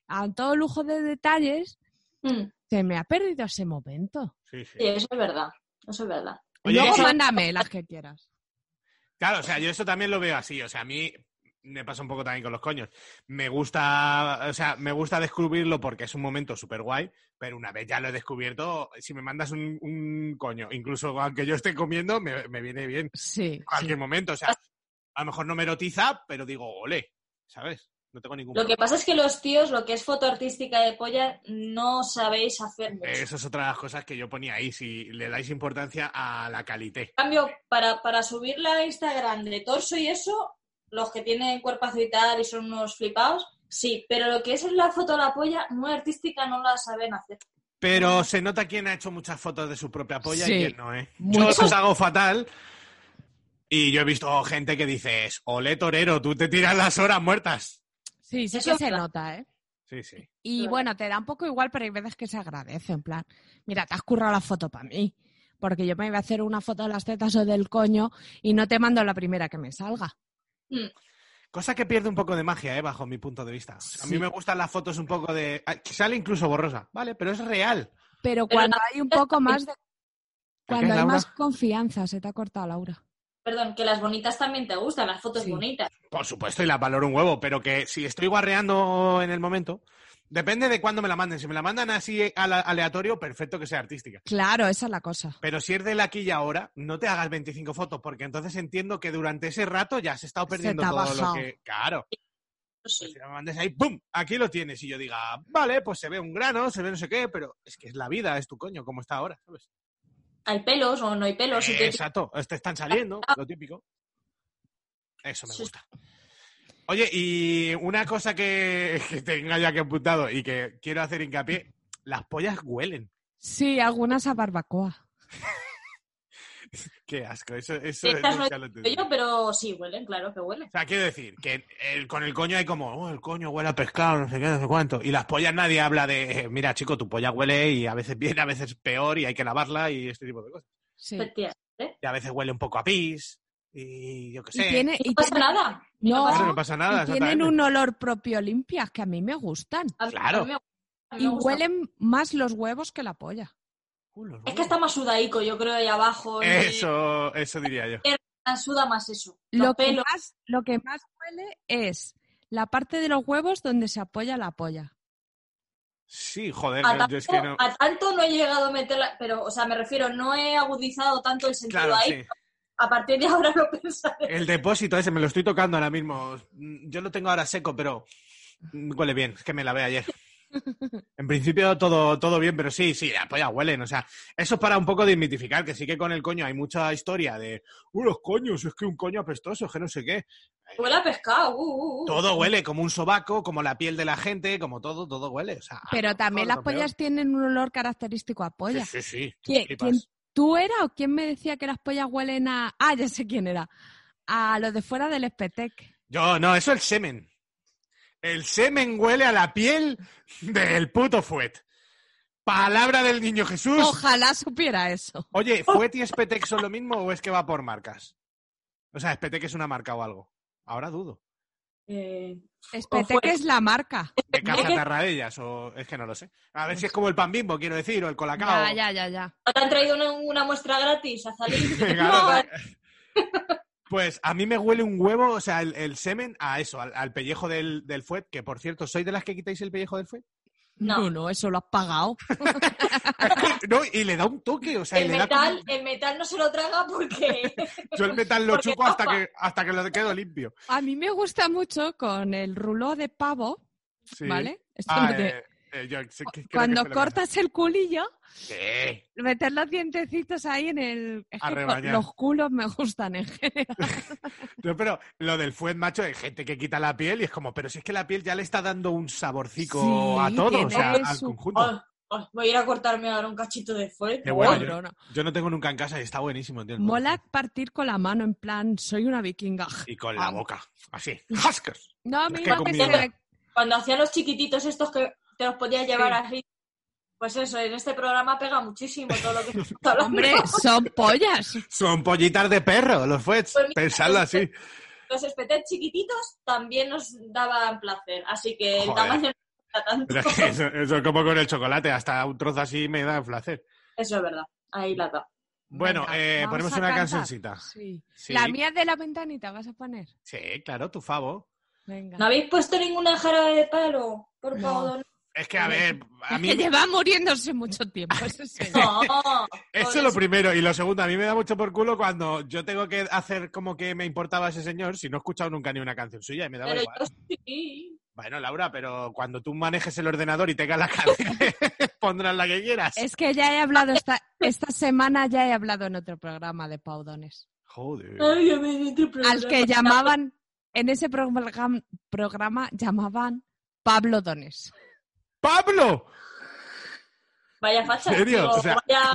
a todo lujo de detalles, Mm, se me ha perdido ese momento. Sí, sí. sí, eso es verdad, eso es verdad. Oye, Luego eso- mándame las que quieras. Claro, o sea, yo eso también lo veo así. O sea, a mí me pasa un poco también con los coños. Me gusta, o sea, me gusta descubrirlo porque es un momento súper guay, pero una vez ya lo he descubierto, si me mandas un, un coño, incluso aunque yo esté comiendo, me, me viene bien en Sí. cualquier momento. O sea, a lo mejor no me erotiza, pero digo, ole, ¿sabes? No tengo ningún Lo que problema. pasa es que los tíos, lo que es foto artística de polla, no sabéis hacer mucho. Eso es otra de las cosas que yo ponía ahí, si le dais importancia a la calité. En cambio, para, para subirla a Instagram de torso y eso, los que tienen cuerpazo y tal y son unos flipados, sí, pero lo que es la foto de la polla, muy artística, no la saben hacer. Pero se nota quién ha hecho muchas fotos de su propia polla Sí. y quién no, ¿eh? Yo Mucho. las hago fatal. Y yo he visto gente que dices, ole torero, tú te tiras las horas muertas. Sí, sí Eso que es se verdad. nota, ¿eh? Sí, sí. Y Claro. bueno, te da un poco igual, pero hay veces que se agradece, en plan, mira, te has currado la foto para mí, porque yo me iba a hacer una foto de las tetas o del coño y no te mando la primera que me salga. Cosa que pierde un poco de magia, ¿eh? Bajo mi punto de vista. O sea, A Sí. mí me gustan las fotos un poco de... ah, Sale incluso borrosa, ¿vale? Pero es real. Pero Pero cuando la- hay un poco más de... Cuando hay Laura? más confianza, se te ha cortado, Laura. Perdón, que las bonitas también te gustan, las fotos Sí. bonitas. Por supuesto, y las valoro un huevo, pero que si estoy guarreando en el momento... Depende de cuándo me la manden. Si me la mandan así a la- aleatorio, perfecto que sea artística. Claro, esa es la cosa. Pero si es de la aquí y ahora, no te hagas 25 fotos, porque entonces entiendo que durante ese rato ya has estado Se te perdiendo ha todo bajado. lo que. Claro. Pues sí. Que me mandes ahí, ¡pum! Aquí lo tienes. Y yo diga, vale, pues se ve un grano, se ve no sé qué, pero es que es la vida, es tu coño, como está ahora, ¿sabes? Hay pelos o no hay pelos. y Eh, te- Ah. exacto, te están saliendo, lo típico. Eso me Sí. gusta. Oye, y una cosa que, que tenga ya que apuntado y que quiero hacer hincapié, las pollas huelen. Sí, algunas a barbacoa. Qué asco, eso, eso Estas no nunca lo he entendí. yo, pero sí huelen, claro que huelen. O sea, quiero decir que el- con el coño hay como, oh, el coño huele a pescado, no sé qué, no sé cuánto. Y las pollas nadie habla de, eh, mira, chico, tu polla huele y a veces bien, a veces peor y hay que lavarla y este tipo de cosas. Sí. Efectivamente. Y a veces huele un poco a pis y yo qué Y sé. tiene, y No pasa tiene- nada. no, Claro, no pasa nada. y tienen exactamente. un olor propio limpias que a mí me gustan. A mí- Claro. a mí me- a mí Y me gusta. huelen más los huevos que la polla. Uh, los Es huevos. que está más sudaico, yo creo, ahí abajo. y ah, Eso, eso diría yo. Suda más eso. Los Lo que, pelos. más, lo que más huele es la parte de los huevos donde se apoya la polla. Sí, joder, A yo- tanto, yo es que no. a tanto no he llegado a meterla, pero, o sea, me refiero, no he agudizado tanto el sentido Claro, ahí. sí. A partir de ahora lo pensaré. El depósito ese me lo estoy tocando ahora mismo. Mm, Yo lo tengo ahora seco, pero mm, huele bien. Es que me lavé ayer. En principio todo, todo bien, pero sí, sí, las pollas huelen. O sea, eso es para un poco desmitificar, que sí que con el coño hay mucha historia de, uy, los coños, es que un coño apestoso, es que no sé qué. Huele a pescado. uh, uh, uh. Todo huele, como un sobaco, como la piel de la gente, como todo, todo huele. O sea, Pero también todo las peor. pollas tienen un olor característico a polla. Sí, sí, sí. tú ¿Quién, flipas. quién- tú era o quién me decía que las pollas huelen a... Ah, ya sé quién era. A los de fuera del Espetec. Yo, no, eso es el semen. El semen huele a la piel del puto fuet. Palabra del niño Jesús. Ojalá supiera eso. Oye, ¿Fuet y Spetec son lo mismo o es que va por marcas? O sea, Spetec es una marca o algo. Ahora dudo. Eh, Espetec es la marca. De casa que- Tarradellas o es que no lo sé. A ver si es como el pan bimbo, quiero decir, o el colacao. Ya, ya, ya, ya. ¿no te han traído una, una muestra gratis a salir? Venga, No, ahora- Pues a mí me huele un huevo, o sea, el, el semen a eso, al, al pellejo del, del fuet, que por cierto, ¿sois de las que quitáis el pellejo del fuet? No. No. no, eso lo has pagado. No, y le da un toque, o sea, y el, le da como- metal, el metal no se lo traga porque. Yo el metal lo Porque chupo hasta tapa. que, hasta que lo quedo limpio. A mí me gusta mucho con el ruló de pavo, Sí. ¿vale? Esto Ah, no te- eh, eh, yo sé que- creo que Cuando fue lo cortas el culillo, que- Sí. meter los dientecitos ahí en el... es que Arrebañar. los culos me gustan en general. No, pero lo del fuet, macho, hay gente que quita la piel y es como, pero si es que la piel ya le está dando un saborcico Sí, a todo, o tiene sea, al su- conjunto. Oh, oh, voy a ir a cortarme ahora un cachito de fuego. Qué bueno, No, yo, no, no. yo no tengo nunca en casa y está buenísimo, tío. el Mola fuet. partir con la mano en plan, soy una vikinga. Y con la Ah. boca, así. ¡Jascas! No, a mí Es que me con que mi- se me- Cuando hacían los chiquititos estos que te los podías llevar así. Pues eso, en este programa pega muchísimo todo lo que estamos hablando. Hombre, son pollas. Son pollitas de perro, los fuets. Pues mira, Pensadlo los- así. Los espetés chiquititos también nos daban placer, así que el Joder. tamaño no importa tanto. Pero es que eso, eso es como con el chocolate, hasta un trozo así me da placer. Eso es verdad, ahí la da. Bueno, Venga, eh, vamos ponemos a una cantar. cancioncita. Sí. Sí. La mía de la ventanita vas a poner. Sí, claro, tu favo. Venga. ¿No habéis puesto ninguna jarabe de palo? Por No. favor. Es que, a ver, a Es mí que lleva muriéndose mucho tiempo ese señor. No, Eso es lo primero. Y lo segundo, a mí me da mucho por culo cuando yo tengo que hacer como que me importaba ese señor si no he escuchado nunca ni una canción suya y me daba Pero igual. yo sí. Bueno, Laura, pero cuando tú manejes el ordenador y tengas la canción, pondrás la que quieras. Es que ya he hablado esta, esta semana, ya he hablado en otro programa de Paudones. Joder. Ay, a mí me entra el problema. Al que llamaban, en ese programa, programa llamaban Pablo Dones. ¡Pablo! Vaya facha. ¿En serio? digo, O sea- vaya-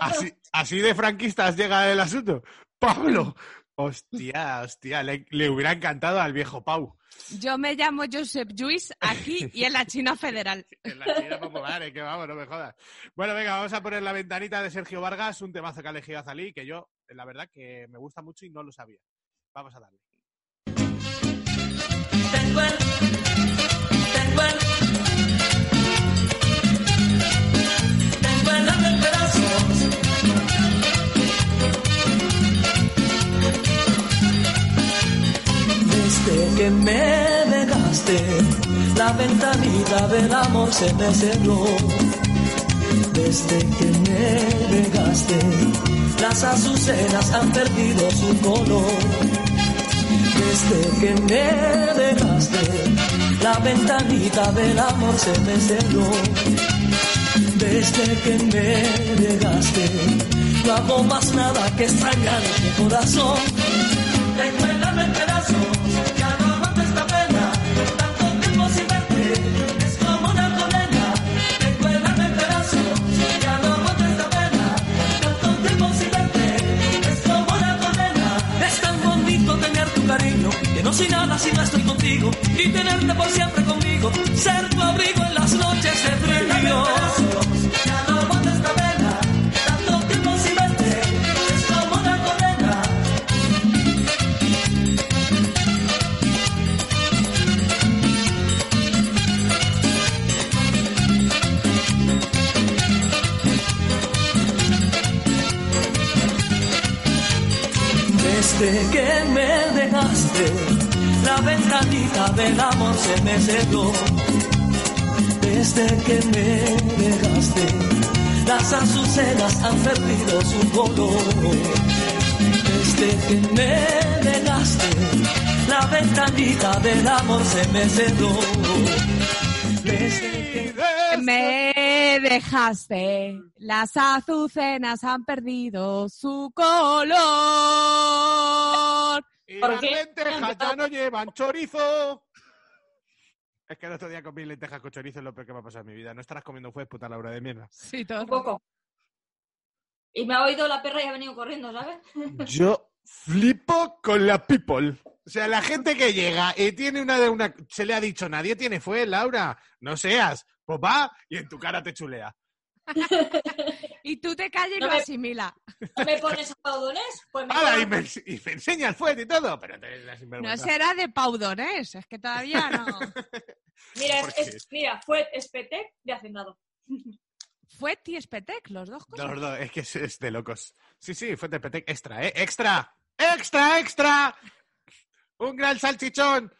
Así, así de franquistas llega el asunto. ¡Pablo! Hostia, hostia, le, le hubiera encantado al viejo Pau. Yo me llamo Josep Lluís aquí y en la China Federal. En la China popular, es que vamos, no me jodas. Bueno, venga, vamos a poner la ventanita de Sergio Vargas, un temazo que ha elegido Azalí, que yo, la verdad, que me gusta mucho y no lo sabía. Vamos a darle. Tengo el, tengo el, tengo el alma en pedazos. Desde que me dejaste, la ventanita del amor se me cerró. Desde que me dejaste, las azucenas han perdido su color. desde que me dejaste. La ventanita del amor se me cerró. Desde que me dejaste, no hago más nada que extrañar mi corazón. Recuérdame en pedazos, ya no aguanto esta pena. Tanto tiempo sin verte, es como una condena. Recuérdame en pedazos, ya no aguanto esta pena. Tanto tiempo sin verte, es como una condena. Es tan bonito tener tu cariño, que no soy nada si no estoy contigo. Y tenerte por siempre conmigo, ser tu abrigo en las noches de frío. Ya no aguanto esta pena, tanto tiempo sin verte, es como una condena. Desde que me dejaste, la ventanita del amor se me cerró. Desde que me dejaste, las azucenas han perdido su color. Desde que me dejaste, la ventanita del amor se me cerró. Desde que Me dejaste, las azucenas han perdido su color. Y ¿Por las qué? lentejas ya no llevan chorizo. Es que el otro día comí lentejas con chorizo, es lo peor que me ha pasado en mi vida. No estarás comiendo fue puta Laura de mierda. Sí, todo. Un poco. Y me ha oído la perra y ha venido corriendo, ¿sabes? Yo flipo con la people. O sea, la gente que llega y tiene una de una. Se le ha dicho, nadie tiene fue, Laura, no seas. Pues va y en tu cara te chulea. Y tú te calles y No lo me- asimila. ¿No me pones aplaudones? Pues me ¡Hala! Y me, ens- y me enseña el fuet y todo. Pero te la No sinvergüenza. será de paudones, es que todavía no. Mira, es- ¿Por qué? es- mira, fue espetec de hacendado. Fue Tiespetec, los dos cosas. No, no, es que es, es de locos. Sí, sí, fuente Petec extra, ¿eh? ¡Extra! ¡Extra, extra! Un gran salchichón.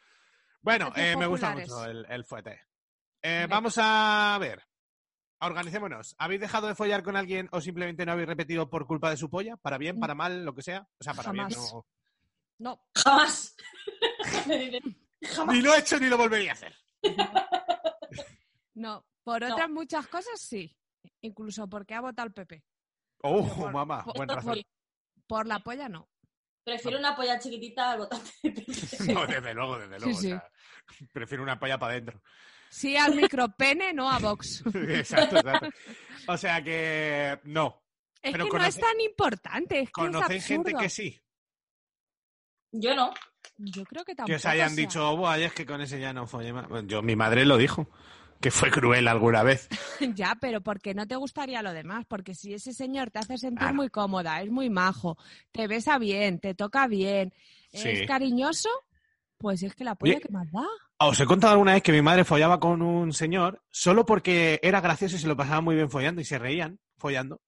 Bueno, Precios eh, me gusta populares. mucho el, el fuete. Eh, Venga. vamos a ver. Organicémonos. ¿Habéis dejado de follar con alguien o simplemente no habéis repetido por culpa de su polla? ¿Para bien, para mal, lo que sea? O sea, para bien. Jamás. No, Jamás. No... Ni lo he hecho ni lo volvería a hacer. no. Por No. otras muchas cosas sí. Incluso porque ha votado el PP. ¡Oh, por- mamá! por- Buen por- razón. Por la polla no. Prefiero Ah. una polla chiquitita al votante de PP. No, desde luego, desde luego. o sí. sea, prefiero una polla para adentro. Sí al micropene, no a Vox. exacto, exacto. O sea que no. Es Pero que no conoce- es tan importante. Es que ¿Conocéis es gente absurdo. que sí? Yo no. Yo creo que tampoco. que os hayan o sea, dicho, "Buah, es que con ese ya no follé más". Bueno, yo, mi madre lo dijo, que fue cruel alguna vez. Ya, pero porque no te gustaría lo demás. Porque si ese señor te hace sentir Claro. muy cómoda, es muy majo, te besa bien, te toca bien, Sí. es cariñoso, pues es que la Oye, polla que más da. Ah, Os he contado alguna vez que mi madre follaba con un señor solo porque era gracioso y se lo pasaba muy bien follando y se reían follando.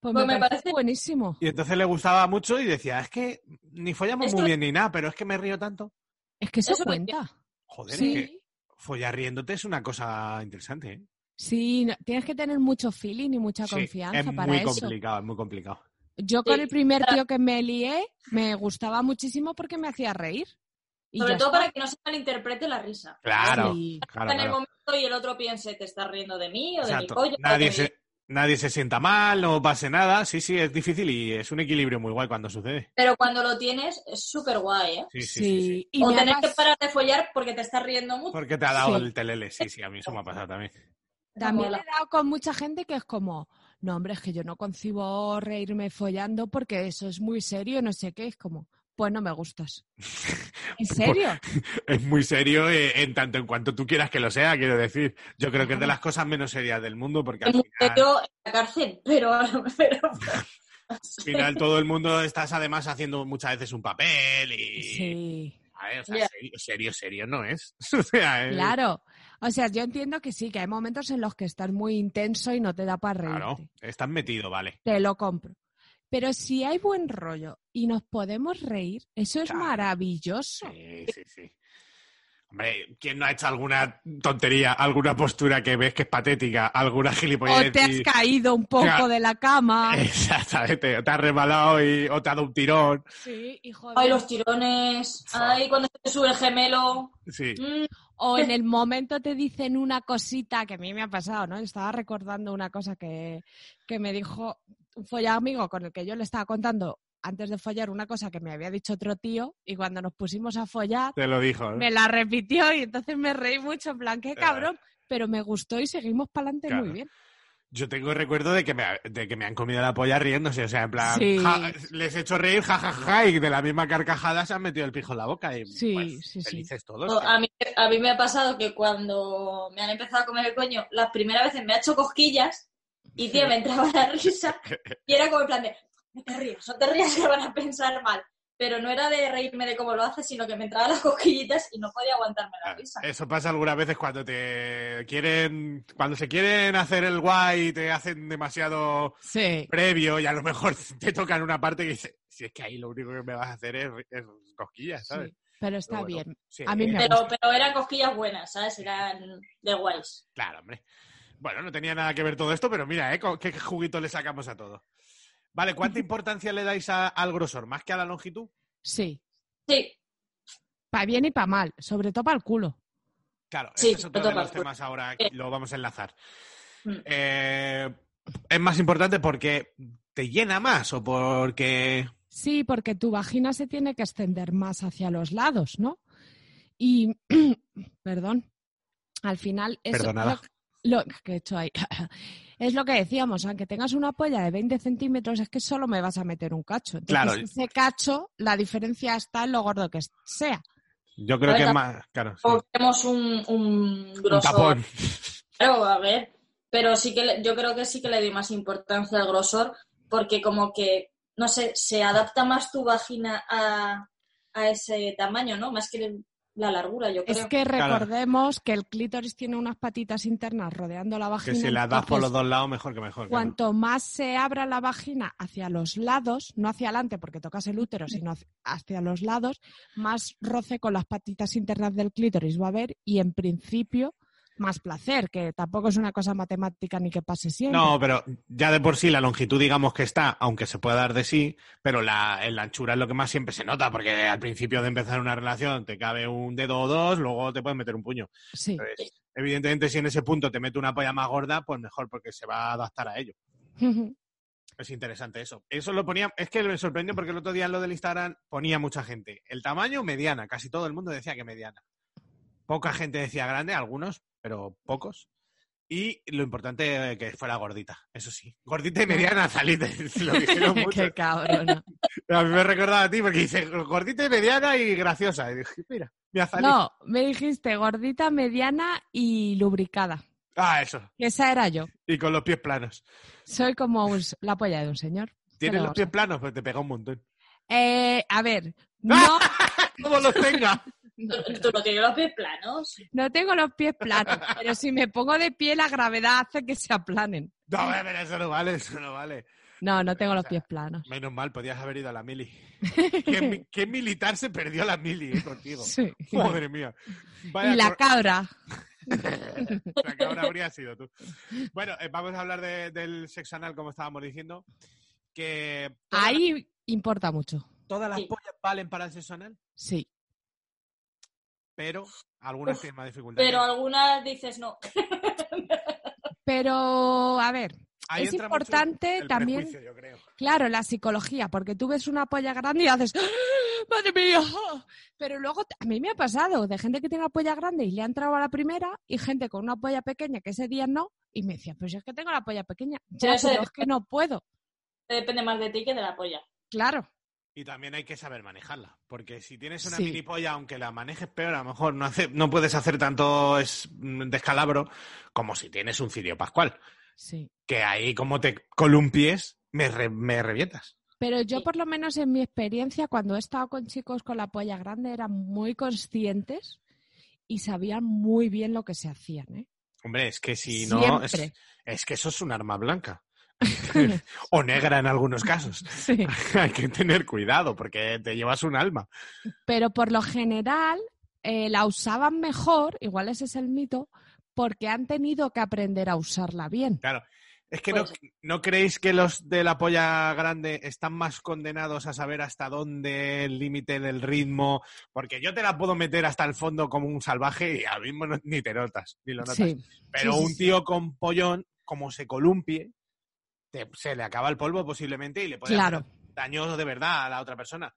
Pues, Pues me, me parece parece- buenísimo. Y entonces le gustaba mucho y decía, es que ni follamos Eso- muy bien ni nada, pero es que me río tanto. Es que eso, Eso también. cuenta. Joder, es que Sí, follar riéndote es una cosa interesante. ¿eh? sí, no- tienes que tener mucho feeling y mucha Sí, confianza es para muy eso. complicado, es muy complicado. Yo con Sí, el primer para- tío que me lié me gustaba muchísimo porque me hacía reír. Y Sobre ya todo está. para que no se malinterprete la risa. Claro, Sí. claro, en el claro. momento y el otro piense, ¿te estás riendo de mí o de mi Exacto. pollo? Nadie o de mi- se, nadie se sienta mal, no pase nada. Sí, sí, es difícil y es un equilibrio muy guay cuando sucede. Pero cuando lo tienes es súper guay, ¿eh? Sí, sí, sí. sí. Sí, y o me ha tener que pas- parar de follar porque te estás riendo mucho. Porque te ha dado Sí. el telele. Sí, sí, a mí eso me ha pasado también. También Mola. he dado con mucha gente que es como, no, hombre, es que yo no concibo reírme follando porque eso es muy serio, no sé qué. Es como, pues no me gustas. ¿En serio? Es muy serio eh, en tanto en cuanto tú quieras que lo sea, quiero decir. Yo creo que es de las cosas menos serias del mundo porque al Es muy final, serio en la cárcel, pero... pero al final todo el mundo estás además haciendo muchas veces un papel y... Sí. A ver, o sea, Ya. serio, serio, serio no es. O sea, es- Claro. O sea, yo entiendo que sí, que hay momentos en los que estás muy intenso y no te da para reírte. Claro, estás metido, vale. Te lo compro. Pero si hay buen rollo y nos podemos reír, eso es Claro. maravilloso. Sí, sí, sí. Hombre, ¿quién no ha hecho alguna tontería, alguna postura que ves que es patética, alguna gilipollez? O te has y- caído un poco Claro. de la cama. eh, Exactamente, o te has resbalado y, o te ha dado un tirón. Sí, y joder. Ay, los tirones. Ay, cuando se te sube el gemelo. Sí. Mm, O en el momento te dicen una cosita que a mí me ha pasado, ¿no? Estaba recordando una cosa que, que me dijo un follado amigo con el que yo le estaba contando antes de follar una cosa que me había dicho otro tío y cuando nos pusimos a follar Te lo dijo. ¿no? me la repitió y entonces me reí mucho, en plan, qué cabrón, pero me gustó y seguimos para adelante Eh, Claro. muy bien. Yo tengo el recuerdo de que, me, ha- de que me han comido la polla riéndose, o sea, en plan, Sí. ja- les he hecho reír, jajaja, y de la misma carcajada se han metido el pijo en la boca. Y, Sí, pues, sí, sí. Felices todos. a, mí, a mí me ha pasado que cuando me han empezado a comer el coño, las primeras veces me ha hecho cosquillas y, tío, me entraba la risa y era como en plan de, no te rías, no te rías que van a pensar mal. Pero no era de reírme de cómo lo haces, sino que me entraban las cosquillitas y no podía aguantarme Ah, la risa. Eso pasa algunas veces cuando te quieren, cuando se quieren hacer el guay y te hacen demasiado Sí, previo y a lo mejor te tocan una parte que dices, si es que ahí lo único que me vas a hacer es, es cosquillas, ¿sabes? pero está Pero bueno, bien. sí, a mí me gusta. Pero, pero eran cosquillas buenas, ¿sabes? Eran de guays. Claro, hombre. Bueno, no tenía nada que ver todo esto, pero mira, ¿eh? Co- ¿Qué juguito le sacamos a todo? Vale, ¿cuánta importancia le dais a- al grosor? ¿Más que a la longitud? Sí, Sí, para bien y para mal, sobre todo para el culo. Claro, ese Sí, es otro lo de los tocas, pues. temas ahora, Eh. lo vamos a enlazar. Mm. Eh, es más importante porque te llena más o porque... Sí, porque tu vagina se tiene que extender más hacia los lados, ¿no? Y, perdón, al final eso es Perdonada. lo, lo que he hecho ahí. es lo que decíamos, aunque tengas una polla de 20 centímetros, es que solo me vas a meter un cacho. Entonces, Claro. ese cacho, la diferencia está en lo gordo que sea. Yo creo A ver, que es la- más... Claro, sí. o tenemos un, un Mm. Un grosor. tapón. Claro, a ver. Pero sí que le- yo creo que sí que le doy más importancia al grosor, porque como que, no sé, se adapta más tu vagina a, a ese tamaño, ¿no? Más que el- la largura, yo creo. Es que Claro. recordemos que el clítoris tiene unas patitas internas rodeando la Que vagina. si la das por entonces, los dos lados, mejor que mejor. claro. Cuanto más se abra la vagina hacia los lados, no hacia adelante porque tocas el útero, sino hacia- hacia los lados, más roce con las patitas internas del clítoris va a haber y en principio más placer, que tampoco es una cosa matemática ni que pase siempre. No, pero ya de por sí la longitud digamos que está, aunque se pueda dar de sí, pero la, en la anchura es lo que más siempre se nota, porque al principio de empezar una relación te cabe un dedo o dos, luego te puedes meter un puño. Sí. Entonces, evidentemente si en ese punto te mete una polla más gorda, pues mejor, porque se va a adaptar a ello. Es interesante eso. Eso lo ponía, es que me sorprendió porque el otro día en lo del Instagram ponía mucha gente. El tamaño, mediana, casi todo el mundo decía que mediana. Poca gente decía grande, algunos, pero pocos. Y lo importante eh, que fuera gordita, eso sí. Gordita y mediana, salite. Lo dijeron mucho. Qué cabrón. A mí me recordaba a ti porque dice gordita y mediana y graciosa. Y dije, mira, mira, Zalí. No, me dijiste gordita, mediana y lubricada. Ah, eso. Y esa era yo. Y con los pies planos. Soy como un- la polla de un señor. ¿Tienes Pero- los pies ¡Ah! planos? Pues te pega un montón. Eh, a ver, no, Como los tenga. ¿Tú, tú no tienes los pies planos. No tengo los pies planos, pero si me pongo de pie la gravedad hace que se aplanen. No, pero eso no vale, eso no vale. No, no tengo los sea, pies planos. Menos mal, podías haber ido a la mili. ¿Qué, mi- qué militar se perdió la mili eh, contigo? Sí. Madre mía. Vaya Y la cor- cabra. la cabra habría sido tú. Bueno, eh, vamos a hablar de- del sexo anal, como estábamos diciendo. Que todas, Ahí importa mucho. todas las Sí. pollas valen para el sexo anal, Sí. pero algunas tienen más dificultad. Pero algunas dices no. este Pero, a ver, Ahí es entra mucho importante el también, prejuicio, yo creo. claro, la psicología, porque tú ves una polla grande y haces, ¡Ah! madre mía. Pero luego, t- a mí me ha pasado de gente que tiene una polla grande y le ha entrado a la primera y gente con una polla pequeña que ese día no. Y me decía, pues yo es que tengo la polla pequeña. Ya, Pero eso pero de- es que no puedo. Depende más de ti que de la polla. Claro. Y también hay que saber manejarla, porque si tienes una Sí. mini polla, aunque la manejes peor, a lo mejor no, hace- no puedes hacer tanto es- mm, descalabro como si tienes un cirio pascual. Sí. que ahí como te columpies, me, re- me revientas. Pero yo, Sí. por lo menos en mi experiencia, cuando he estado con chicos con la polla grande, eran muy conscientes y sabían muy bien lo que se hacían. ¿eh? Hombre, es que si no, es, Siempre. es que eso es un arma blanca. o negra en algunos casos. Sí. Hay que tener cuidado porque te llevas un alma. Pero por lo general, eh, la usaban mejor, igual ese es el mito, porque han tenido que aprender a usarla bien. Claro. Es que Pues no, no creéis que los de la polla grande están más condenados a saber hasta dónde el límite del ritmo, porque yo te la puedo meter hasta el fondo como un salvaje y al mismo no- ni te notas, ni lo notas. Sí, Pero sí, sí, un sí. tío con pollón, como se columpie, te- se le acaba el polvo posiblemente y le puede Claro. hacer daño de verdad a la otra persona.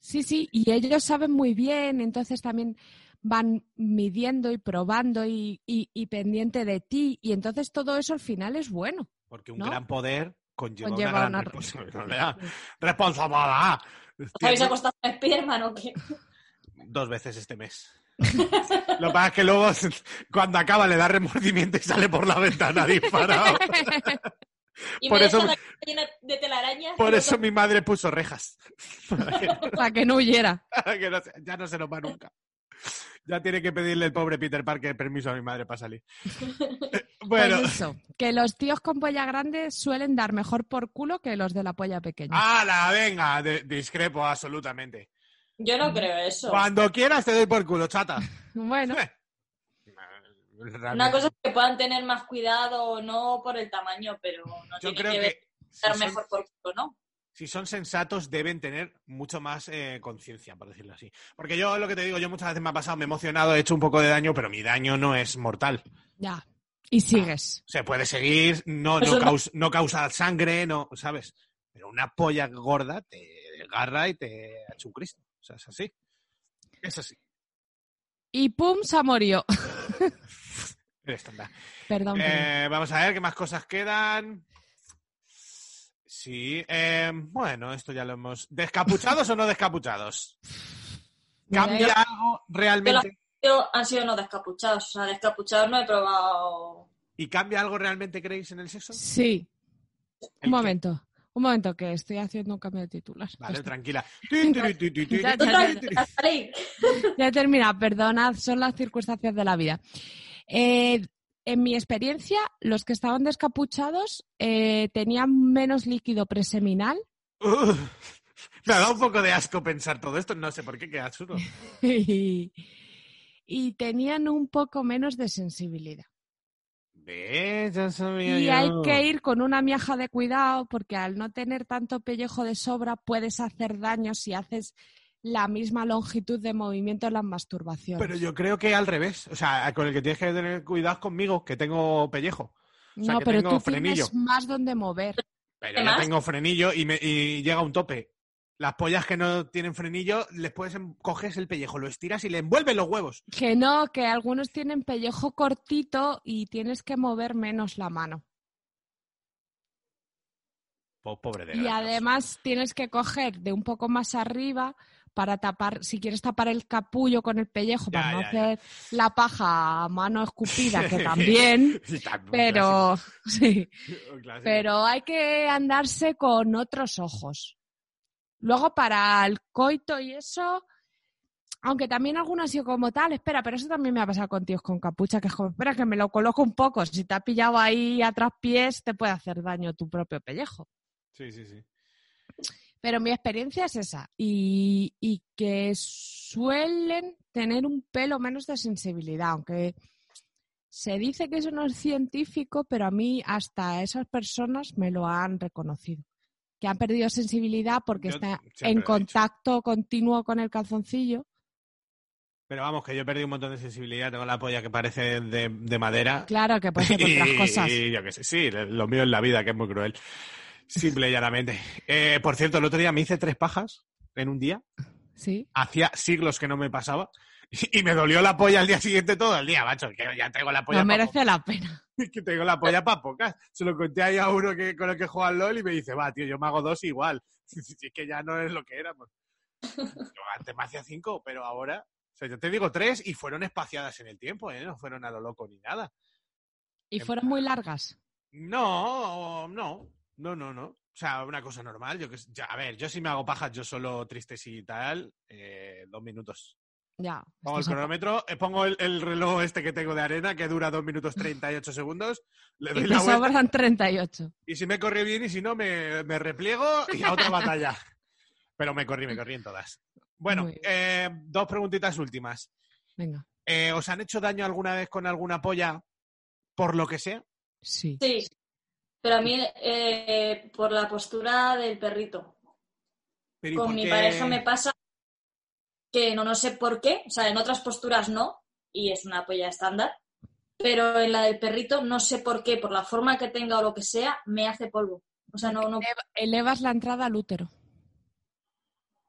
Sí, sí, y ellos saben muy bien, entonces también van midiendo y probando y, y- y pendiente de ti, y entonces todo eso al final es bueno. Porque un ¿No? gran poder conlleva, Conlleva una gran una- responsabilidad. ¡Responsabilidad! ¿Os habéis Tiene acostado con Spiderman o qué? Dos veces este mes. Lo que pasa es que luego, cuando acaba, le da remordimiento y sale por la ventana disparado. Y Por me eso- deja la cara llena de telarañas. Por eso mi madre puso rejas. Para que, Para que no huyera. para que no se- ya no se nos va nunca. Ya tiene que pedirle el pobre Peter Parker permiso a mi madre para salir. Pues Bueno. eso, que los tíos con polla grande suelen dar mejor por culo que los de la polla pequeña. ¡Hala, venga! de- discrepo absolutamente. Yo no creo eso. Cuando quieras te doy por culo, chata. Bueno, Una cosa es que puedan tener más cuidado o no por el tamaño, pero no Yo tiene creo que ver que... estar si son- mejor por culo, ¿no? si son sensatos, deben tener mucho más eh, conciencia, por decirlo así. Porque yo lo que te digo, yo muchas veces me ha pasado, me he emocionado, he hecho un poco de daño, pero mi daño no es mortal. ya. Y sigues. Se puede seguir, no, Eso no, no. caus- no causa sangre, no, ¿sabes? Pero una polla gorda te agarra y te hace un Cristo. O sea, es así. Es así. Y pum, se murió. Eres tonta. Perdón. perdón. Eh, vamos a ver qué más cosas quedan. Sí, eh, bueno, esto ya lo hemos. ¿Descapuchados o no descapuchados? Mira, ¿Cambia yo- algo realmente? Yo- han sido no descapuchados. O sea, descapuchados no he probado. ¿Y cambia algo realmente, creéis, en el sexo? Sí, ¿El un qué? momento. Un momento, que estoy haciendo un cambio de titular. Vale, Ya está. tranquila. Ti, ti, ti, ti, ti, Ya, ya, ti, ti, Total, ti, ti. hasta ahí. Ya he terminado, perdonad, son las circunstancias de la vida. Eh, en mi experiencia, los que estaban descapuchados eh, tenían menos líquido preseminal Uf, Me da un poco de asco pensar todo esto, no sé por qué, qué absurdo. y, y tenían un poco menos de sensibilidad. Ve, ya sabía Y yo. hay que ir con una miaja de cuidado porque al no tener tanto pellejo de sobra puedes hacer daño si haces la misma longitud de movimiento en las masturbaciones. Pero yo creo que al revés. O sea, con el que tienes que tener cuidado es conmigo, que tengo pellejo. o sea, no, que pero tengo tú frenillo. tienes más donde mover. Pero ¿Qué yo más? tengo frenillo y, me, y llega a un tope. Las pollas que no tienen frenillo, les puedes en- coges el pellejo, lo estiras y le envuelves los huevos. Que no, que algunos tienen pellejo cortito y tienes que mover menos la mano. Po- pobre de Y gracias. además tienes que coger de un poco más arriba para tapar, si quieres tapar el capullo con el pellejo, Ya, para no ya, ya. hacer la paja a mano escupida, que también, Y tan- un pero sí, clásico, un clásico. pero hay que andarse con otros ojos. Luego para el coito y eso, aunque también alguno ha sido como tal, espera, pero eso también me ha pasado con tíos con capucha, que es como, espera, que me lo coloco un poco, si te ha pillado ahí a pies te puede hacer daño tu propio pellejo. Sí, sí, sí. Pero mi experiencia es esa, y, y que suelen tener un pelo menos de sensibilidad, aunque se dice que eso no es científico, pero a mí hasta esas personas me lo han reconocido, que han perdido sensibilidad porque Yo está siempre lo he en dicho. contacto continuo con el calzoncillo. Pero vamos, que yo he perdido un montón de sensibilidad, tengo la polla que parece de, de madera. Claro que puede ser con otras Y- cosas. y yo qué sé, sí, lo mío es la vida, que es muy cruel. Simple y llanamente. Eh, por cierto, el otro día me hice tres pajas en un día. Sí, Hacía siglos que no me pasaba. Y me dolió la polla al día siguiente todo el día, macho. Que pues ya tengo la polla no pa' merece la pena. po- que tengo la polla para pocas. Se lo conté ahí a uno que, con el que juega al LOL y me dice, va, tío, yo me hago dos igual. Si es que ya no es lo que éramos. Yo antes me hacía cinco, pero ahora. O sea, yo te digo tres y fueron espaciadas en el tiempo, ¿eh? No fueron a lo loco ni nada. Y En fueron muy largas. No, no, no, no, no. O sea, una cosa normal. Yo que, ya, a ver, yo si me hago pajas yo solo tristes y tal, eh, dos minutos. Ya. Pongo el estás a- cronómetro, eh, pongo el, el reloj este que tengo de arena que dura dos minutos 38 segundos, le doy Y la te vuelta sobran 38. y si me corre bien y si no me, me repliego y a otra batalla. Pero me corrí, me corrí en todas. Bueno, Muy bien. eh, dos preguntitas últimas. Venga. Eh, ¿Os han hecho daño alguna vez con alguna polla? Por lo que sea. Sí. Sí, pero a mí eh, por la postura del perrito. Pero ¿y Con por mi qué? pareja me pasa que no, no sé por qué, o sea, en otras posturas no, y es una polla estándar, pero en la del perrito no sé por qué, por la forma que tenga o lo que sea, me hace polvo. O sea, no, no, Eleva- elevas la entrada al útero.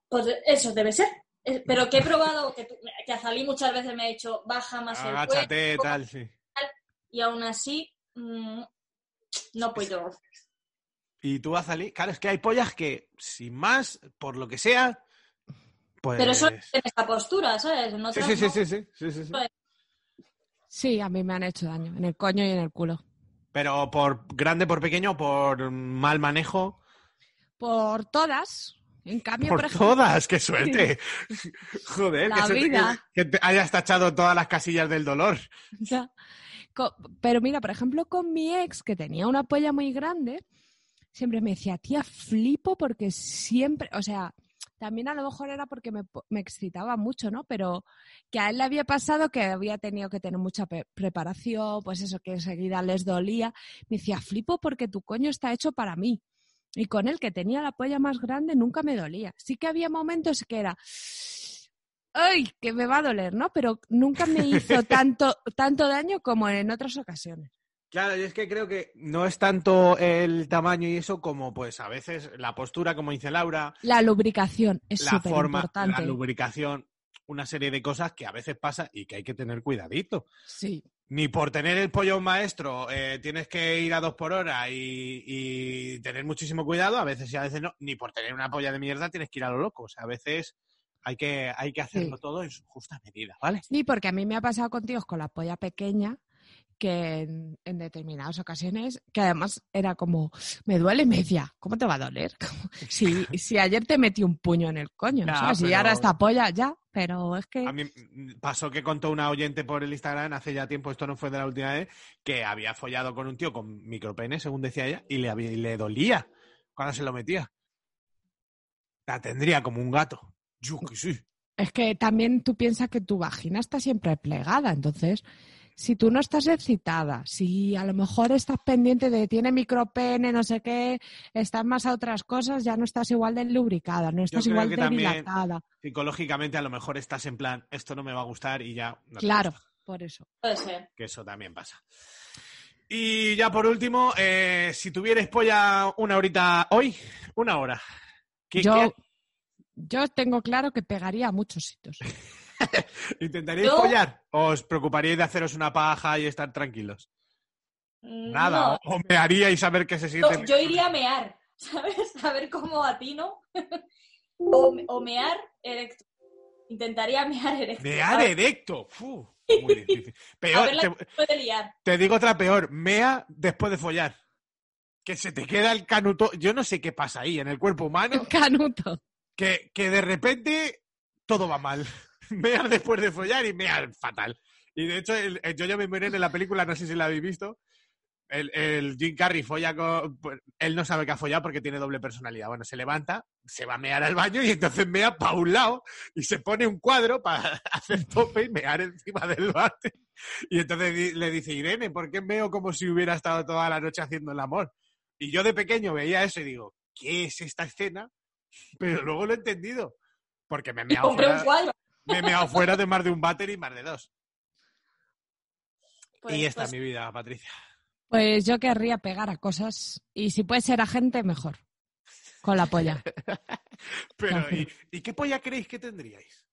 pues eso debe ser. Eh, Pero que he probado, que, tú- que Azalí muchas veces me ha dicho, baja más el cuello, Agáchate, tal, sí. y aún así mm, no puedo. Y tú, Azalí, claro, es que hay pollas que, sin más, por lo que sea, pues... Pero eso es en esta postura, ¿sabes? En Sí, otras sí, sí, no. sí, sí, sí, sí, sí. Sí, a mí me han hecho daño. En el coño y en el culo. Pero por grande, por pequeño, por mal manejo, Por todas. En cambio, por, por ejemplo, todas, qué suerte. Joder, La qué suerte vida. que, que te hayas tachado todas las casillas del dolor. Ya. Co- Pero mira, por ejemplo, con mi ex, que tenía una polla muy grande, siempre me decía, tía, flipo porque siempre, o sea, también a lo mejor era porque me, po- me excitaba mucho, ¿no? Pero que a él le había pasado que había tenido que tener mucha pe- preparación, pues eso, que enseguida les dolía. Me decía, flipo porque tu coño está hecho para mí. Y con él, que tenía la polla más grande, nunca me dolía. Sí que había momentos que era, ¡ay! que me va a doler, ¿no? Pero nunca me hizo tanto, tanto daño como en otras ocasiones. Claro, y es que creo que no es tanto el tamaño y eso como pues a veces la postura, como dice Laura, La lubricación es la súper forma, la importante. lubricación, una serie de cosas que a veces pasa y que hay que tener cuidadito. Sí. Ni por tener el pollo a un maestro eh, tienes que ir a dos por hora y, y tener muchísimo cuidado, a veces sí, a veces no. Ni por tener una polla de mierda tienes que ir a lo loco. O sea, a veces hay que, hay que hacerlo Sí. todo en su justa medida, ¿vale? Sí, porque a mí me ha pasado contigo con la polla pequeña que en, en determinadas ocasiones, que además era como, me duele, y me decía, ¿cómo te va a doler? Como, si, si ayer te metí un puño en el coño, Ya, ¿sabes? Y pero- ahora esta polla ya, pero es que... A mí mm, pasó que contó una oyente por el Instagram hace ya tiempo, esto no fue de la última vez, que había follado con un tío con micropene, según decía ella, y le, había- y le dolía cuando se lo metía. La tendría como un gato. Yo que sí. Es que también tú piensas que tu vagina está siempre plegada, entonces si tú no estás excitada, si a lo mejor estás pendiente de tiene micropene, no sé qué, estás más a otras cosas, ya no estás igual de lubricada, no estás creo igual que de también- dilatada. Psicológicamente a lo mejor estás en plan, esto no me va a gustar y ya. no te Claro, gusta, por eso. Puede ser. que eso también pasa. Y ya por último, eh, si tuvierais polla una horita hoy, una hora. ¿qué- Yo, yo tengo claro que pegaría a muchos sitios. qué- ¿Intentaríais Yo- follar? ¿O os preocuparíais de haceros una paja y estar tranquilos? Mm, Nada, no. o o me haría y saber qué se Yo, siente. yo iría a mear, ¿sabes? A ver cómo atino. o, o mear erecto. Intentaría mear erecto. Mear A ver, erecto. Fu, muy difícil. a Peor, ver la que te, puede liar. te digo otra peor. Mea después de follar. Que se te queda el canuto. Yo no sé qué pasa ahí en el cuerpo humano. Canuto. Que, que de repente todo va mal. Mear después de follar y mear fatal. Y de hecho, el, el yo ya me moriré en la película, no sé si la habéis visto. El, el Jim Carrey folla con. pues, Él no sabe que ha follado porque tiene doble personalidad. Bueno, se levanta, se va a mear al baño y entonces mea para un lado y se pone un cuadro para hacer tope y mear encima del bate. Y entonces di- le dice, Irene, ¿por qué meo como si hubiera estado toda la noche haciendo el amor? Y yo de pequeño veía eso y digo, ¿qué es esta escena? Pero luego lo he entendido. Porque me he Y meado compré un fuera- cuadro. me he meado fuera de más de un váter y más de dos. Pues- y esta es pues mi vida, Patricia. Pues yo querría pegar a cosas y si puede ser a gente, mejor. Con la polla. Pero, Claro. ¿y, y qué polla creéis que tendríais?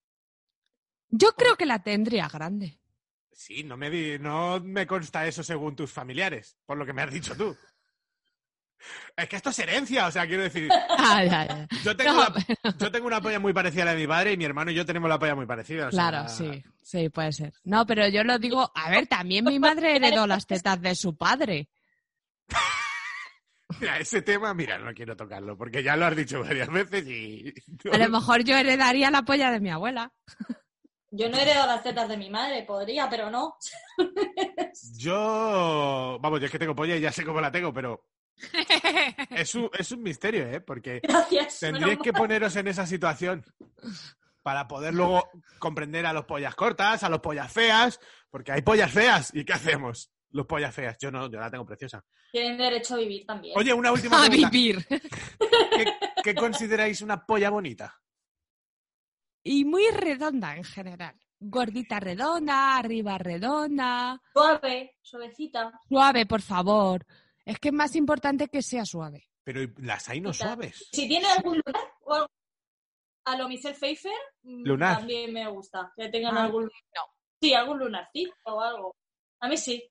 Yo creo que la tendría grande. Sí, no me, di- no me consta eso según tus familiares, por lo que me has dicho tú. Es que esto es herencia, o sea, quiero decir, Ay, ay, ay. yo tengo, No, la- yo tengo una polla muy parecida a la de mi padre y mi hermano y yo tenemos la polla muy parecida. o sea, Claro, sí, sí, puede ser. No, pero yo lo digo, a ver, también mi madre heredó las tetas de su padre. Mira, ese tema, mira, no quiero tocarlo porque ya lo has dicho varias veces y... A lo mejor yo heredaría la polla de mi abuela. Yo no he heredado las tetas de mi madre, podría, pero no. Yo, vamos, yo es que tengo polla y ya sé cómo la tengo, pero es un, es un misterio, ¿eh? Porque Gracias. tendríais menos que poneros en esa situación. para poder luego comprender a los pollas cortas, a los pollas feas, porque hay pollas feas. ¿Y qué hacemos? Los pollas feas. Yo no, yo la tengo preciosa. Tienen derecho a vivir también. Oye, una última A pregunta. vivir. ¿Qué, qué consideráis una polla bonita? Y muy redonda en general. Gordita redonda, arriba redonda. Suave, suavecita. Suave, por favor. Es que es más importante que sea suave. Pero ¿y las hay no Bonita. suaves. Si tiene algún lunar o algo a lo Michelle Pfeiffer, mm, Lunar. también me gusta. Que tengan Ah, algún Sí, algún lunarcito o algo. A mí sí.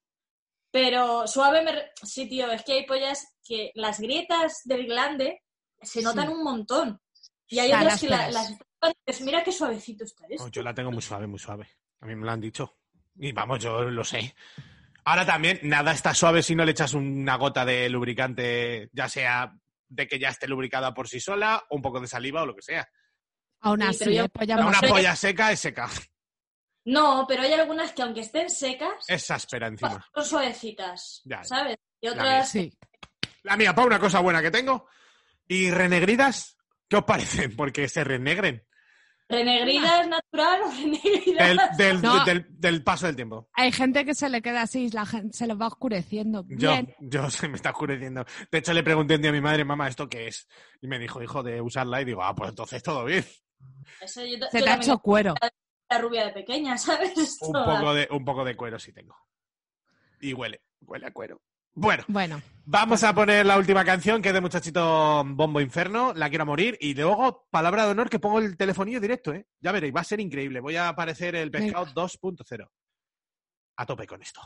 Pero suave me... re- Sí, tío, es que hay pollas que las grietas del glande se Sí. notan un montón. Y hay O sea, otras las que la- feas. las tapan y dices, mira qué suavecito está esto. Oh, yo la tengo muy suave, muy suave. A mí me lo han dicho. Y vamos, yo lo sé. Ahora también, nada está suave si no le echas una gota de lubricante, ya sea de que ya esté lubricada por sí sola, o un poco de saliva o lo que sea. Aún Sí, así, pero yo- ¿eh? Pues ya Pero Una más- pero polla seca es seca. No, pero hay algunas que aunque estén secas, Es áspera encima. son suavecitas, Ya, ya. ¿sabes? Y mía. otras... Sí. La mía, para una cosa buena que tengo. ¿Y renegridas? ¿Qué os parecen? Porque se renegren. ¿Renegridas natural o Del, renegridas? del- No. del- del paso del tiempo. Hay gente que se le queda así, la gente se les va oscureciendo. Yo, Bien. yo se me está oscureciendo. De hecho, le pregunté un día a mi madre, mamá, ¿esto qué es? Y me dijo, hijo, de usarla. Y digo, ah, pues entonces todo bien. Eso yo, yo Se te ha también hecho cuero. era rubia de pequeña, ¿sabes? Un Toda. poco de, un poco de cuero sí tengo. Y huele, huele a cuero. Bueno, Bueno, vamos a poner la última canción que es de Muchachito Bombo Inferno, La Quiero a Morir, y luego, palabra de honor, que pongo el telefonillo directo, ¿eh? Ya veréis, va a ser increíble. Voy a aparecer el pescado 2.0. A tope con esto.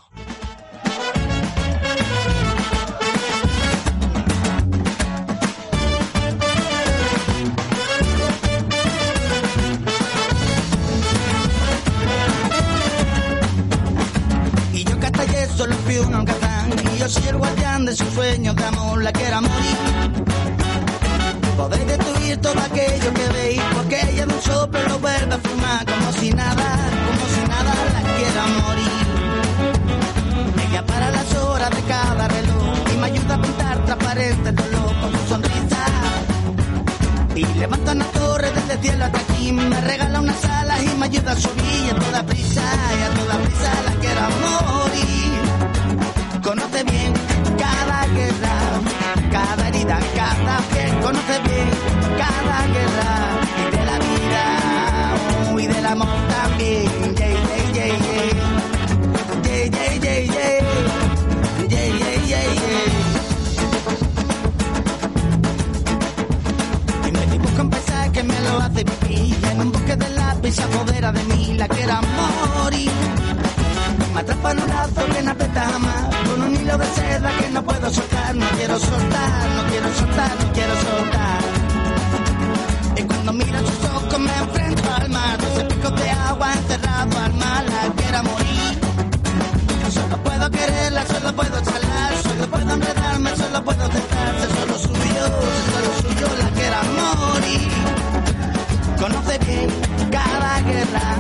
Y yo que hasta ayer solo fui un holgazán Y yo soy el guardián de sus sueños de amor, la que era morir Podéis destruir todo aquello que veis Porque ella de un soplo lo vuelve a fumar Como si nada, como si nada la quiera morir Ella para las horas de cada reloj Y me ayuda a pintar transparente el dolor con su sonrisa y levanta una torre desde el cielo hasta aquí. Me regala unas alas y me ayuda a subir. Y a toda prisa, y a toda prisa la quiero a morir. Conoce bien cada guerra, cada herida, cada piel. Conoce bien cada guerra y de la vida oh, y del amor también. Yay, yay, yay, yay. Yay, yay, yay, yay. Yay, yay, yay, yay. Y me dibujo un paisaje que me lo hace vivir. Y en un bosque de lápiz se apodera de mí la que era morir. Me atrapa en un lazo que no apeta jamás. Con un hilo de seda que no puedo soltar. No quiero soltar, no quiero soltar, no quiero soltar. Y cuando miro sus ojos me enfrento al mar. Doce picos de agua encerrado al mar. La que era morir. Solo puedo quererla, solo puedo charlar, solo puedo enredarme, solo puedo tentarse, solo suyo, solo suyo la que era morir. Conoce bien cada guerra,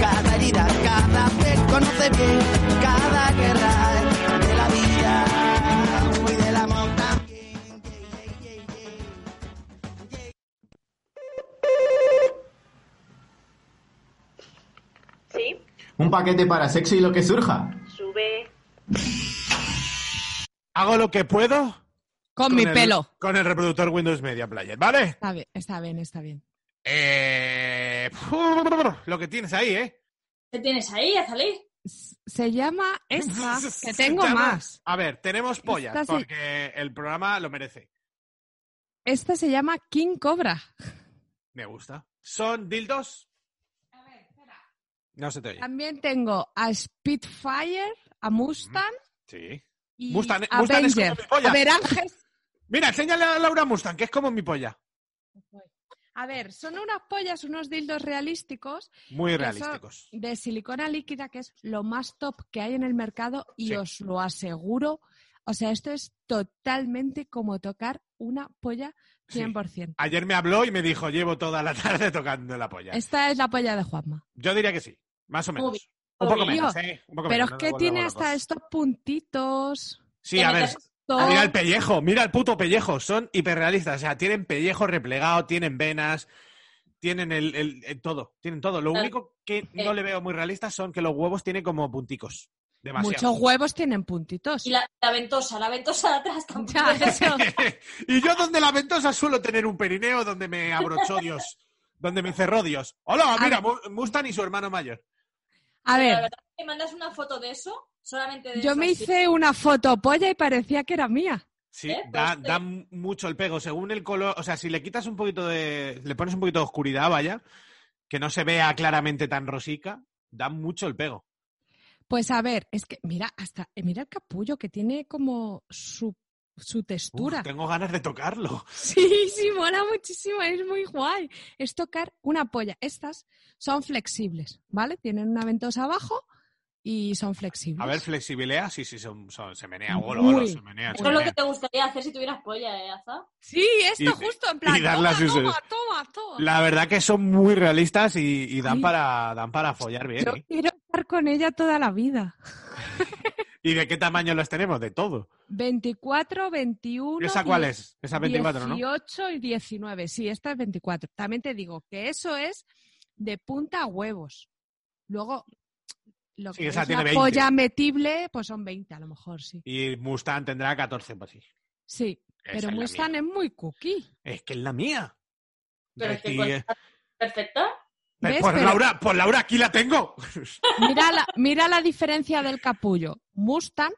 cada herida, cada vez, conoce bien cada guerra de la vida y del amor también. Yeah, yeah, yeah, yeah. Sí, Un paquete para sexo y lo que surja. sube. Hago lo que puedo con, mi el- pelo. Con el reproductor Windows Media Player, ¿vale? Está bien, está bien, está bien. Eh, lo que tienes ahí, ¿eh? ¿Qué tienes ahí, Azalí? S- Se llama esta, que Se tengo llama- más. A ver, tenemos pollas, Esta sí. porque el programa lo merece. Esta se llama King Cobra. Me gusta. ¿Son dildos? No se te oye. También tengo a Spitfire, a Mustang Sí. y Mustang- a Mustang es como Avenger. mi polla. A ver, Ángel. Mira, enséñale a Laura Mustang, que es como mi polla. A ver, son unas pollas, unos dildos realísticos Muy Eso- realísticos. de silicona líquida, que es lo más top que hay en el mercado y Sí. os lo aseguro. O sea, esto es totalmente como tocar una polla Sí. 100%. Ayer me habló y me dijo, llevo toda la tarde tocando la polla. Esta es la polla de Juanma. Yo diría que sí, más o menos. Obvio, Un poco obvio. menos, ¿eh? Un poco Pero menos, es no que nos tiene volvamos hasta locos. estos puntitos. Sí, a ver, todo- Mira el pellejo, mira el puto pellejo, son hiperrealistas, o sea, tienen pellejo replegado, tienen venas, tienen el, el- el todo, tienen todo. Lo Claro. único que Eh. no le veo muy realista son que los huevos tienen como punticos. Demasiado. Muchos huevos tienen puntitos. Y la, la ventosa, la ventosa de atrás tampoco. Ya, eso. y yo donde la ventosa suelo tener un perineo donde me abrochó Dios, donde me cerró Dios. Ah, Hola, mira, Mu- Mustang y su hermano mayor. A Pero La ver, verdad es que mandas una foto de eso, solamente de yo eso, me así. hice una foto polla y parecía que era mía. Sí, ¿Eh? da, Pues, da mucho el pego. Según el color, o sea, si le quitas un poquito de. le pones un poquito de oscuridad, vaya, que no se vea claramente tan rosica, da mucho el pego. Pues a ver, es que mira, hasta mira el capullo que tiene como su, su Uf, textura. tengo ganas de tocarlo. Sí, sí, mola muchísimo, es muy guay. Es tocar una polla. Estas son flexibles, ¿vale? Tienen una ventosa abajo y son flexibles. A ver, flexibilidad, sí, sí, son, son- se menea, Uy. olo, olo, se menea. Eso se es lo que menea. te gustaría hacer si tuvieras polla, ¿eh, Aza? sí, esto y- justo, en plan, y darle toma, a sus- toma, toma, toma. La verdad que son muy realistas y, y dan Sí. para dan para follar bien. Yo ¿eh? quiero estar con ella toda la vida. ¿Y de qué tamaño los tenemos? De todo. 24, 21. ¿Esa cuál es? Esa 24, ¿no? 18 y 19. Sí, esta es 24. También te digo que eso es de punta a huevos. Luego, lo Sí, que esa es tiene la 20. polla metible, pues son 20 a lo mejor, sí. Y Mustang tendrá 14, pues sí. Sí, Esa pero es la Mustang mía. es muy cookie. Es que es la mía. Pero Y- es que con- eh. perfecta. Pues, ¿Ves? pues, Pero- Laura, pues Laura, aquí la tengo. Mira la, mira la diferencia del capullo. Mustang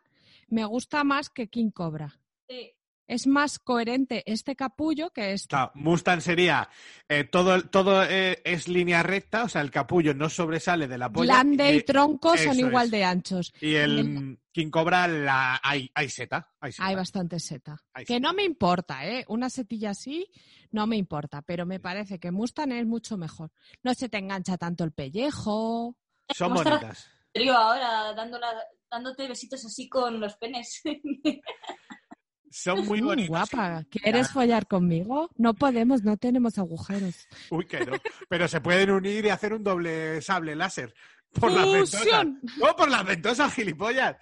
me gusta más que King Cobra. Sí. Es más coherente este capullo que este. Claro, Mustang sería eh, todo, todo eh, es línea recta, o sea, el capullo no sobresale de la polla. Glande y, y, tronco son eso igual es. de anchos. y el King Cobra, la, hay, hay seta. Hay seta. Hay bastante seta. Ahí Que está. no me importa, ¿eh? Una setilla así no me importa, pero me parece que Mustang es mucho mejor. No se te engancha tanto el pellejo. Son Ostras. bonitas. Trío ahora, dándola, dándote besitos así con los penes. Son muy Mm, bonitas. guapa, sí. ¿quieres follar conmigo? No podemos, no tenemos agujeros. Uy, que no. Pero se pueden unir y hacer un doble sable láser. Por las ventosas. Fusión. No, por las ventosas, gilipollas.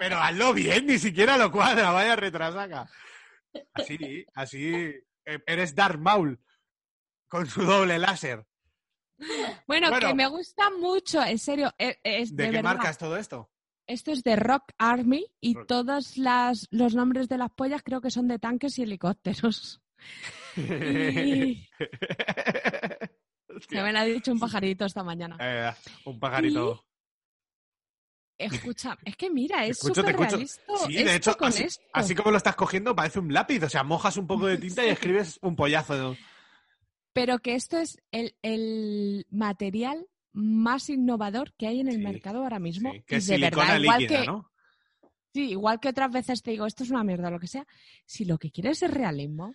Pero hazlo bien, ni siquiera lo cuadra, vaya retrasaca. Así, así. eh, Eres Darth Maul con su doble láser. Bueno, Bueno. que me gusta mucho, en serio, eh, es ¿De, de, qué verdad. marca es todo esto? Esto es de Rock Army y Rock. todos las, los nombres de las pollas creo que son de tanques y helicópteros. Y- Que Hostia. me lo ha dicho un pajarito esta mañana. Eh, un pajarito. Escucha, es que mira, Te es escucho, te súper escucho. realista. Sí, de hecho, con así, esto. así como lo estás cogiendo, parece un lápiz. O sea, mojas un poco de tinta y escribes un pollazo. Pero que esto es el, el material más innovador que hay en el Sí, mercado ahora mismo. Sí, que y es de silicona verdad, igual líquida, que, ¿no? sí, igual que otras veces te digo, esto es una mierda, lo que sea. Si lo que quieres es realismo,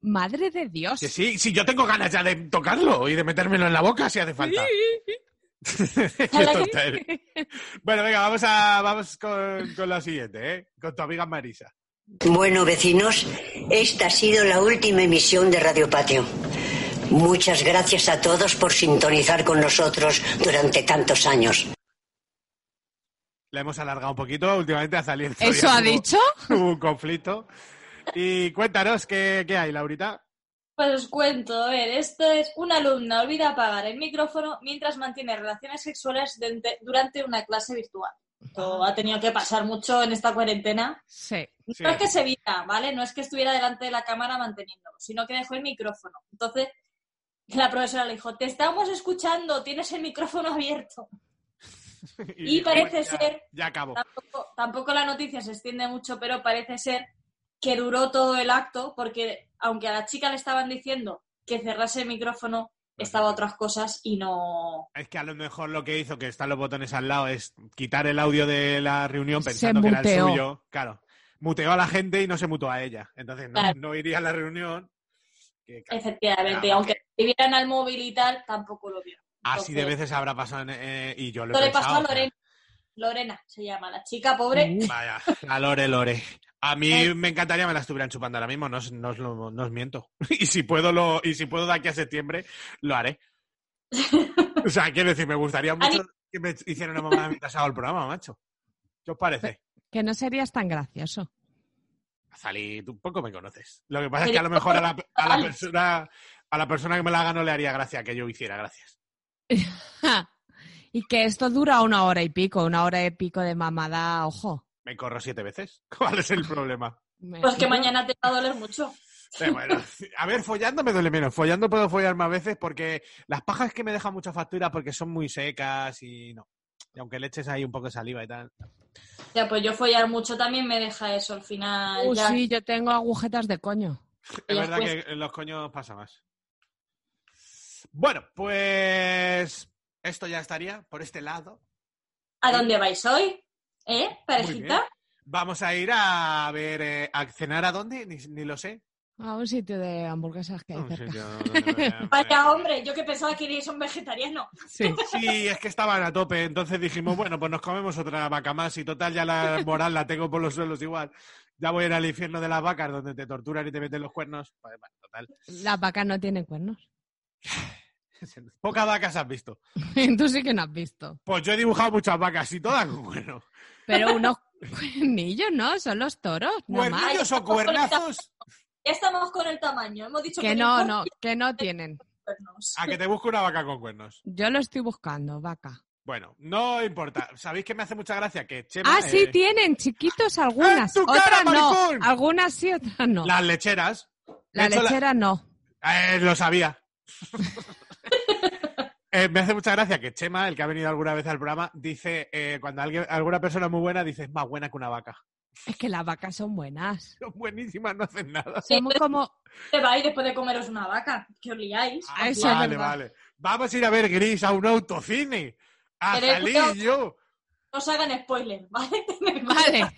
madre de Dios. Que sí, sí, yo tengo ganas ya de tocarlo y de metérmelo en la boca si hace falta. Qué tontería. bueno, venga, vamos a vamos con, con la siguiente, ¿eh? Con tu amiga Marisa. Bueno, vecinos, esta ha sido la última emisión de Radio Patio. Muchas gracias a todos por sintonizar con nosotros durante tantos años. La hemos alargado un poquito, últimamente ha salido. ¿Eso todavía ha hubo- dicho? Hubo un conflicto. Y cuéntanos qué, qué hay, Laurita. Pues os cuento, a ver, esto es una alumna olvida apagar el micrófono mientras mantiene relaciones sexuales durante- durante una clase virtual. Esto ha tenido que pasar mucho en esta cuarentena. Sí. No Sí. es que se viera, ¿vale? No es que estuviera delante de la cámara manteniéndolo, sino que dejó el micrófono. Entonces, la profesora le dijo, te estamos escuchando, tienes el micrófono abierto. Y dijo, parece "Bueno, ya- ser- Ya acabo. Tampoco, tampoco la noticia se extiende mucho, pero parece ser que duró todo el acto, porque aunque a la chica le estaban diciendo que cerrase el micrófono, estaba a otras cosas y no... Es que a lo mejor lo que hizo, que están los botones al lado, es quitar el audio de la reunión Se pensando que era el muteó. suyo. Claro. Muteó a la gente y no se mutó a ella. Entonces no, Claro. no iría a la reunión. Que, claro, Efectivamente, Claro. aunque vivieran al móvil y tal, tampoco lo vieron. así de Entonces, veces habrá pasado en- eh, y yo lo he Esto le pasó pensado, a Lorena. Lorena se llama, la chica Uh, pobre. o sea, Vaya, a Lore Lore. A mí Eh. me encantaría me la estuvieran chupando ahora mismo, no os, no os lo- no os miento. Y si puedo lo, y si puedo de aquí a septiembre, lo haré. O sea, quiero decir, me gustaría mucho que me hicieran una mamá mientras hago el programa, macho. ¿Qué os parece? Que no serías tan gracioso. Azalí, tú poco me conoces. Lo que pasa es que a lo mejor a la, a la persona, a la persona que me la haga no le haría gracia que yo hiciera, gracias. y que esto dura una hora y pico, una hora y pico de mamada, ojo. Me corro siete veces. ¿Cuál es el problema? Pues que mañana te va a doler mucho. Sí, Eh, bueno, a ver, follando me duele menos. Follando puedo follar más veces porque las pajas que me dejan mucha factura porque son muy secas y no. Y aunque le eches ahí un poco de saliva y tal. O sea, pues yo follar mucho también me deja eso al final. Uh, ya. sí, yo tengo agujetas de coño. Es verdad que en los coños pasa más. Bueno, pues esto ya estaría por este lado. ¿A dónde vais hoy? ¿Eh? Muy ¿Parejita? bien. Vamos a ir a ver, eh, a cenar a dónde, ni, ni lo sé. A un sitio de hamburguesas que hay Un cerca. sitio donde me- Vaya hombre, yo que pensaba que iríais a un vegetariano. Sí. Sí, es que estaban a tope, entonces dijimos, bueno, pues nos comemos otra vaca más y total ya la moral la tengo por los suelos igual. Ya voy a ir al infierno de las vacas donde te torturan y te meten los cuernos. Pues, bueno, total. Las vacas no tienen cuernos. Pocas vacas has visto. Tú sí que no has visto. Pues yo he dibujado muchas vacas y todas con cuernos. Pero unos cuernillos, ¿no? Son los toros. nada más. ¿Cuernillos o cuernazos? Ya estamos con el tamaño. Hemos dicho Que ni no, con no, ni que no tienen. cuernos. A que te busco una vaca con cuernos. Yo lo estoy buscando, vaca. Bueno, no importa. ¿Sabéis que me hace mucha gracia? Que Chema... Ah, sí, eh, tienen, chiquitos algunas. ¡En tu cara, Otras no. maricón! Algunas sí, otras no. La, Las lecheras. De hecho, la- lechera no. Eh, lo sabía. Eh, me hace mucha gracia que Chema, el que ha venido alguna vez al programa, dice, eh, cuando alguien, alguna persona muy buena dice, es más buena que una vaca. Es que las vacas son buenas. Son buenísimas, no hacen nada. Sí, Somos como. Te vais después de comeros una vaca. Que os liáis. Ah, eso es vale, verdad. vale. Vamos a ir a ver Gris a un autocine. A Pero es salir un auto- yo. No os hagan spoiler, ¿vale? Vale.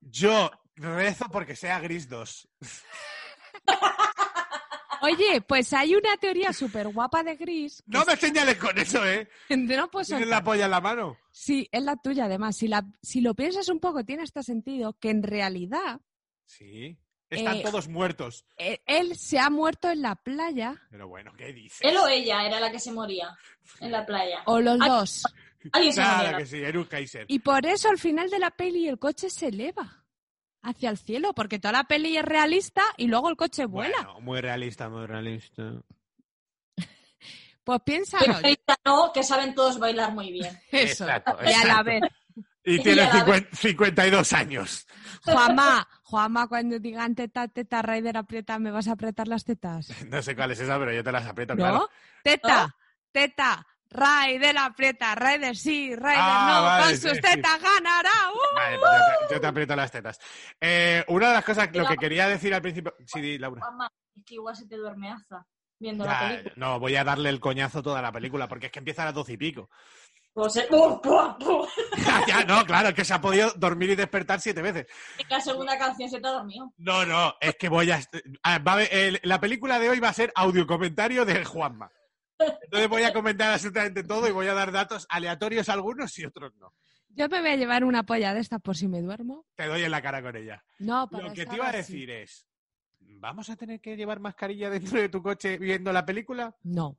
Yo rezo porque sea Gris 2. Oye, pues hay una teoría súper guapa de Gris. No me señales con eso, ¿eh? No pues puedo Tienes soltar. la polla en la mano. Sí, es la tuya, además. Si, la, si lo piensas un poco, tiene hasta sentido que en realidad Sí. Están Eh, todos muertos. eh, él se ha muerto en la playa Pero bueno, ¿qué dices? Él o ella era la que se moría en la playa. o los Ay. dos. Alguien se moría. en Claro la que sí, Eru Kaiser. Y por eso al final de la peli el coche se eleva hacia el cielo, porque toda la peli es realista y luego el coche vuela. Bueno, muy realista, muy realista. Pues piénsalo. playa. Ahorita no, que saben todos bailar muy bien. Eso. Exacto, Y a la exacto. vez, Y Y tiene a la 50 52 años. Juanma, Juanma, cuando digan teta, teta, Raider, aprieta, me vas a apretar las tetas. No sé cuál es esa, pero yo te las aprieto, ¿No? claro. Teta, ¿No? teta, Raider, aprieta, Raider, sí, Raider, Ah, no, vale, con sí, sus sí. tetas ganará. ¡uh! Vale, pues yo, te, yo te aprieto las tetas. Eh, una de las cosas, lo que Pero- quería decir al principio... Sí, di, Laura. Juanma, es que igual se te duerme Aza viendo la Ya, película. no, voy a darle el coñazo toda la película, porque es que empieza a las doce y pico. Pues, eh, ¡buah, buah, buah! ya, no, claro, es que se ha podido dormir y despertar siete veces. Es que la segunda canción se te ha dormido. No, no, es que voy a... ah, va a haber- el- la película de hoy va a ser audio comentario de Juanma. Entonces voy a comentar absolutamente todo y voy a dar datos aleatorios algunos y otros no. Yo me voy a llevar una polla de estas por si me duermo. Te doy en la cara con ella. No, para Lo que te estar iba a así. decir es, ¿vamos a tener que llevar mascarilla dentro de tu coche viendo la película? No.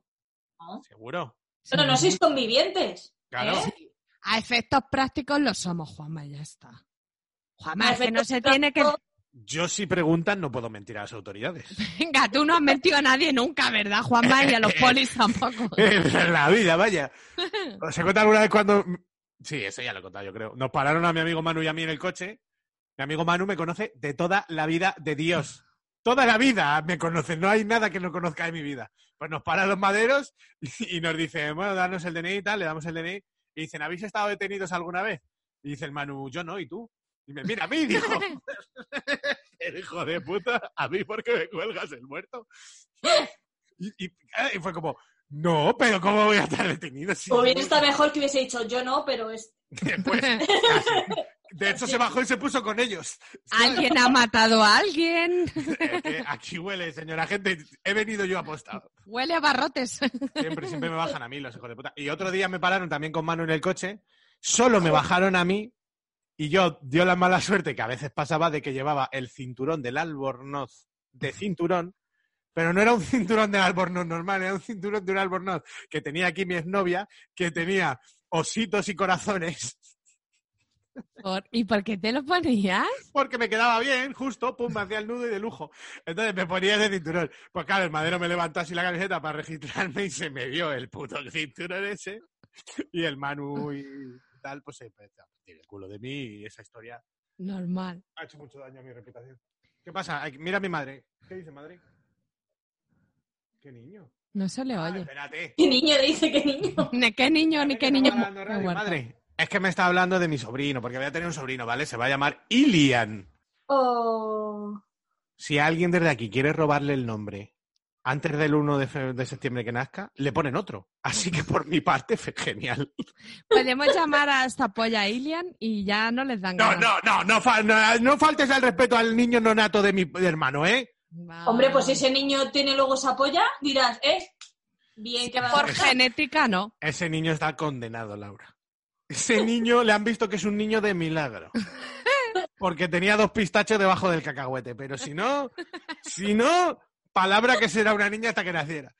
Seguro. Pero no Sí. sois convivientes. Claro. ¿eh? A efectos prácticos lo somos, Juanma, y ya está. Juanma, A es que no efectos se tiene que... prácticos. Yo si preguntan no puedo mentir a las autoridades. Venga, tú no has mentido a nadie nunca, ¿verdad, Juanma? Y a los polis tampoco. En la vida, vaya. ¿Os he contado alguna vez cuando... Sí, eso ya lo he contado, yo creo. Nos pararon a mi amigo Manu y a mí en el coche. Mi amigo Manu me conoce de toda la vida de Dios. Toda la vida me conoce. No hay nada que no conozca de mi vida. Pues nos paran los maderos y y nos dicen, bueno, danos el DNI y tal, le damos el DNI. Y dicen, ¿habéis estado detenidos alguna vez? Y dice el Manu, yo no, ¿y tú? Y me mira a mí, dijo. el hijo de puta, a mí porque me cuelgas el muerto. Y, y- y fue como, no, pero ¿cómo voy a estar detenido? si Hubiera yo- estado mejor que hubiese dicho yo no, pero es. pues, casi. De hecho, se bajó y se puso con ellos. ¿Alguien ha matado a alguien? Es que aquí huele, señora gente. He venido yo apostado. Huele a barrotes. Siempre, siempre me bajan a mí los hijos de puta. Y otro día me pararon también con mano en el coche. Solo me bajaron a mí. Y yo dio la mala suerte que a veces pasaba de que llevaba el cinturón del albornoz de cinturón. Pero no era un cinturón del albornoz normal, era un cinturón de un albornoz que tenía aquí mi exnovia, que tenía ositos y corazones. Por- ¿Y por qué te lo ponías? Porque me quedaba bien, justo, pum, me hacía el nudo y de lujo. Entonces me ponía ese cinturón. Pues claro, el madero me levantó así la camiseta para registrarme y se me vio el puto cinturón ese. Y el Manu y tal, pues se tiene el culo de mí y esa historia Normal. ha hecho mucho daño a mi reputación. ¿Qué pasa? Ay, Mira a mi madre. ¿Qué dice madre? ¿Qué niño? Ah, No se le oye. Espérate. ¿Qué niño le dice qué niño? Ni qué niño, ni qué niño. Me he muerto. Madre, es que me está hablando de mi sobrino, porque voy a tener un sobrino, ¿vale? Se va a llamar Ilian. O... Oh. Si alguien desde aquí quiere robarle el nombre antes del 1 de, fe- de septiembre que nazca, le ponen otro. Así que por mi parte, fe- genial. Podemos llamar a esta polla Ilian y ya no les dan No, ganas. no, no, no, fa- no, no faltes al respeto al niño no nato de mi hermano, ¿eh? Va. Hombre, pues si ese niño tiene luego esa polla, dirás, ¿eh? Bien que va a Por genética no. Ese niño está condenado, Laura. Ese niño le han visto que es un niño de milagro. Porque tenía dos pistachos debajo del cacahuete. Pero si no, si no, palabra que será una niña hasta que naciera.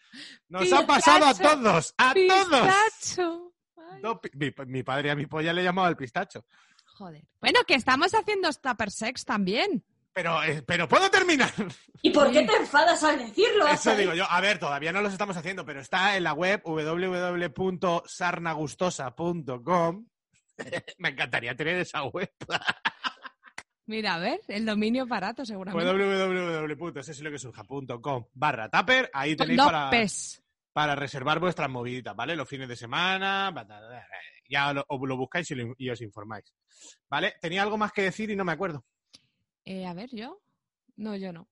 Nos ha pasado a Pistacho, todos, a todos. Pistacho. Ay, Dos pi- mi, mi padre a mi polla le llamaba el pistacho. joder. Bueno, que estamos haciendo tupper sex también. Pero, eh, pero puedo terminar. ¿Y por qué te enfadas al decirlo? Eso digo yo. A ver, todavía no los estamos haciendo, pero está en la web www.sarnagustosa.com. Me encantaría tener esa web. Mira, a ver, el dominio es barato seguramente. www.sesiloquesurja.com barra tupper. Ahí tenéis para, López. para reservar vuestras moviditas, ¿vale? Los fines de semana. ba- da- da- da- Ya lo, os lo buscáis y, lo- y os informáis. ¿Vale? Tenía algo más que decir y no me acuerdo. Eh, a ver, yo. No, yo no.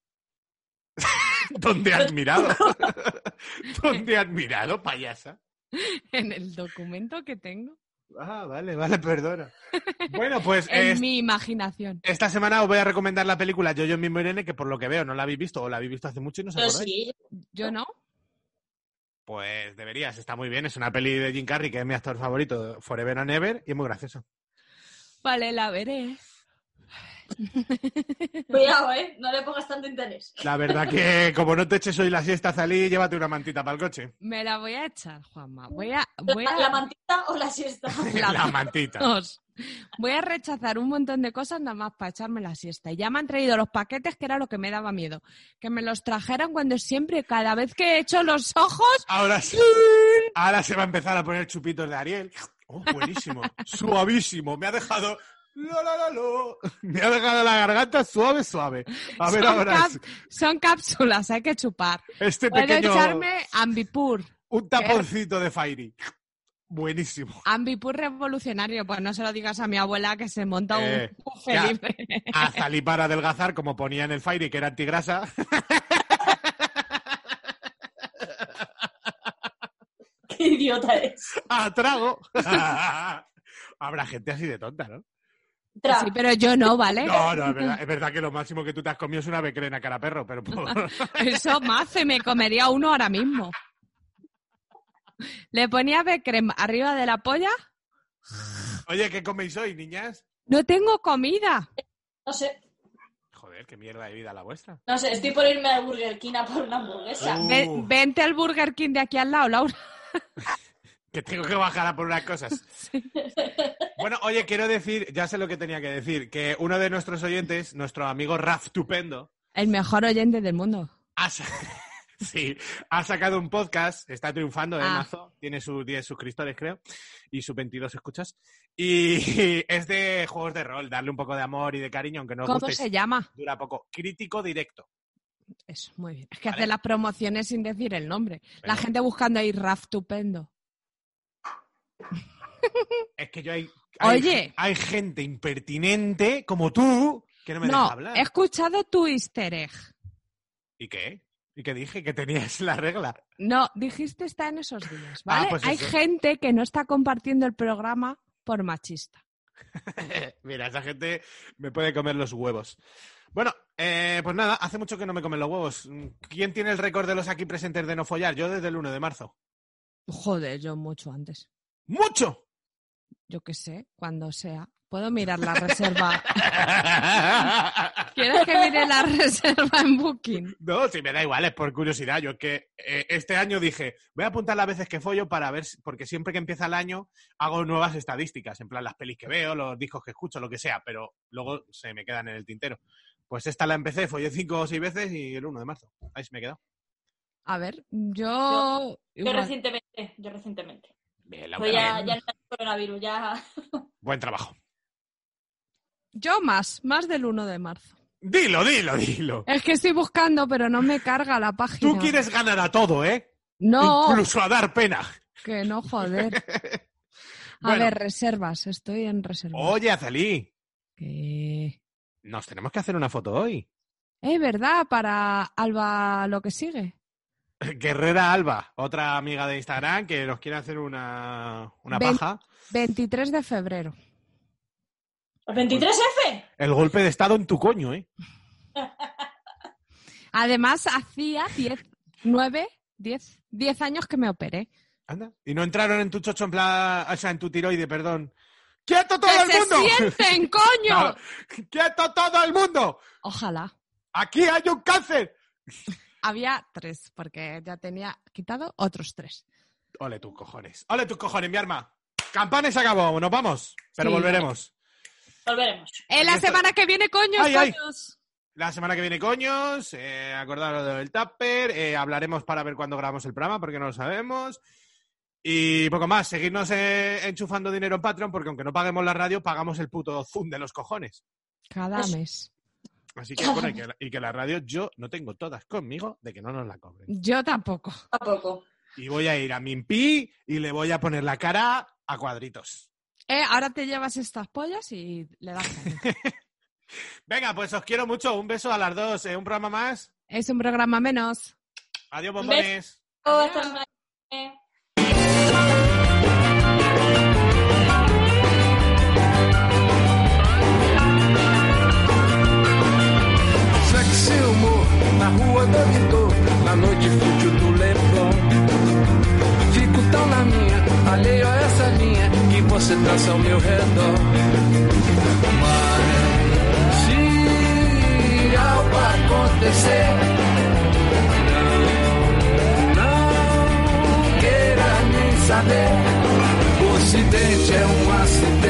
¿Dónde has mirado? ¿Dónde has mirado, payasa? En el documento que tengo. Ah, vale, vale, perdona. Bueno, pues En es- mi imaginación. esta semana os voy a recomendar la película Yo, yo, mi Irene, que por lo que veo no la habéis visto o la habéis visto hace mucho y no os Yo acordáis. sí. Yo no. Pues deberías, está muy bien. Es una peli de Jim Carrey, que es mi actor favorito, Forever and Ever, y es muy graciosa. Vale, la veré. Cuidado, ¿eh? No le pongas tanto interés. La verdad que como no te eches hoy la siesta, salí, llévate una mantita para el coche. Me la voy a echar, Juanma. Voy a, voy ¿La, a, la mantita o la siesta? La, mantita. Dos. Voy a rechazar un montón de cosas nada más para echarme la siesta. Y Ya me han traído los paquetes, que era lo que me daba miedo. Que me los trajeran cuando siempre, cada vez que echo los ojos, Ahora sí. Ahora se va a empezar a poner chupitos de Ariel. Oh, buenísimo. Suavísimo. Me ha dejado. lo, lo, lo, lo. Me ha dejado la garganta suave, suave. A ver son, ahora. cap- son cápsulas, hay que chupar. Este Puedo pequeño. echarme Ambipur. Un taponcito de Fairy. Buenísimo. Ambipur revolucionario. Pues no se lo digas a mi abuela que se monta un- Eh, un ya. Felipe. Azalí para adelgazar, como ponía en el Fairy, que era antigrasa. ¡Qué idiota es! A trago. Habrá gente así de tonta, ¿no? Tra. Sí, pero yo no, ¿vale? No, no, es verdad, es verdad que lo máximo que tú te has comido es una becrena cara perro, pero por- Eso más se me comería uno ahora mismo. Le ponía crema arriba de la polla. Oye, ¿qué coméis hoy, niñas? No tengo comida. No sé, Joder, qué mierda de vida la vuestra. no sé. Estoy por irme al Burger King a por una hamburguesa. Uh. Ve- vente al Burger King de aquí al lado, Laura. Que tengo que bajar a por unas cosas. Bueno, oye, quiero decir, ya sé lo que tenía que decir, que uno de nuestros oyentes, nuestro amigo Raf Tupendo, El mejor oyente del mundo. ha, sa- sí, ha sacado un podcast, está triunfando de Ah. mazo, tiene sus 10 suscriptores, creo, y sus 22 escuchas, y es de juegos de rol, darle un poco de amor y de cariño, aunque no os ¿Cómo guste, se llama? dura poco. Crítico directo. Eso, muy bien. Es que Vale. hace las promociones sin decir el nombre. La Bueno. gente buscando ahí Raf Tupendo. Es que yo hay, hay- Oye. hay gente impertinente como tú que no me No, deja hablar. he escuchado tu easter egg. ¿Y qué? ¿Y qué dije? Que tenías la regla. No, dijiste está en esos días, ¿vale? pues Hay eso. gente que no está compartiendo el programa por machista. Mira, esa gente me puede comer los huevos. Bueno, eh, pues nada, hace mucho que no me comen los huevos. Mm, ¿Quién tiene el récord de los aquí presentes de no follar? Yo desde el 1 de marzo. Joder, yo mucho antes. ¡Mucho! Yo qué sé, cuando sea. Puedo mirar la reserva. ¿Quieres que mire la reserva en Booking? No, si me da igual, es por curiosidad. Yo es que eh, este año dije, voy a apuntar las veces que follo para ver, si- porque siempre que empieza el año hago nuevas estadísticas, en plan las pelis que veo, los discos que escucho, lo que sea, pero luego se me quedan en el tintero. Pues esta la empecé, follé cinco o seis veces y el 1 de marzo. Ahí se me quedó. A ver, yo. Yo igual. recientemente, yo recientemente. Bien, Laura, Pues ya, bien. ya no hay coronavirus, ya. Buen trabajo. Yo más, más del 1 de marzo. Dilo, dilo, dilo. Es que estoy buscando, pero no me carga la página. Tú quieres ganar a todo, ¿eh? No, Incluso a dar pena. que no, joder. A Bueno. ver, reservas, estoy en reservas. Oye, Azalí, Que- nos tenemos que hacer una foto hoy. Es verdad, para Alba lo que sigue. Guerrera Alba, otra amiga de Instagram que nos quiere hacer una, una Ven- paja. 23 de febrero. ¿El 23F? El golpe de estado en tu coño, ¿eh? Además, hacía 10, 9, 10, 10 años que me operé. Anda. Y no entraron en tu chocho en plan, o sea, en tu tiroide, perdón. ¡Quieto todo ¡Que el se mundo! sienten, coño! No, ¡Quieto todo el mundo! Ojalá. ¡Aquí hay un cáncer! Había tres, porque ya tenía quitado otros tres. Ole tus cojones. Ole tus cojones, mi arma. Campanes acabó, nos vamos. Pero Sí. volveremos. Volveremos. ¡En la semana que viene, coños, Ay, ay. coños! La semana que viene, coños, eh, acordaros de lo del Tupper, eh, hablaremos para ver cuándo grabamos el programa, porque no lo sabemos. Y poco más, seguirnos eh, enchufando dinero en Patreon, porque aunque no paguemos la radio, pagamos el puto Zoom de los cojones. Cada mes. Así que, bueno, y que, la- y que la radio yo no tengo todas conmigo de que no nos la cobren. Yo tampoco. Tampoco. Y voy a ir a Mimpi y le voy a poner la cara a cuadritos. Eh, ahora te llevas estas pollas y le das. caña. Venga, pues os quiero mucho, un beso a las dos, eh, un programa más. es un programa menos. Adiós, beso. bombones. Oh, hasta la semana que viene. Sexy humor na rua do editor, na noite fútil do Leblon. Fico tão na minha, alheio a essa linha que você traça ao meu redor. Mas se algo acontecer, não, não queira nem saber. O acidente é um acidente. é um é.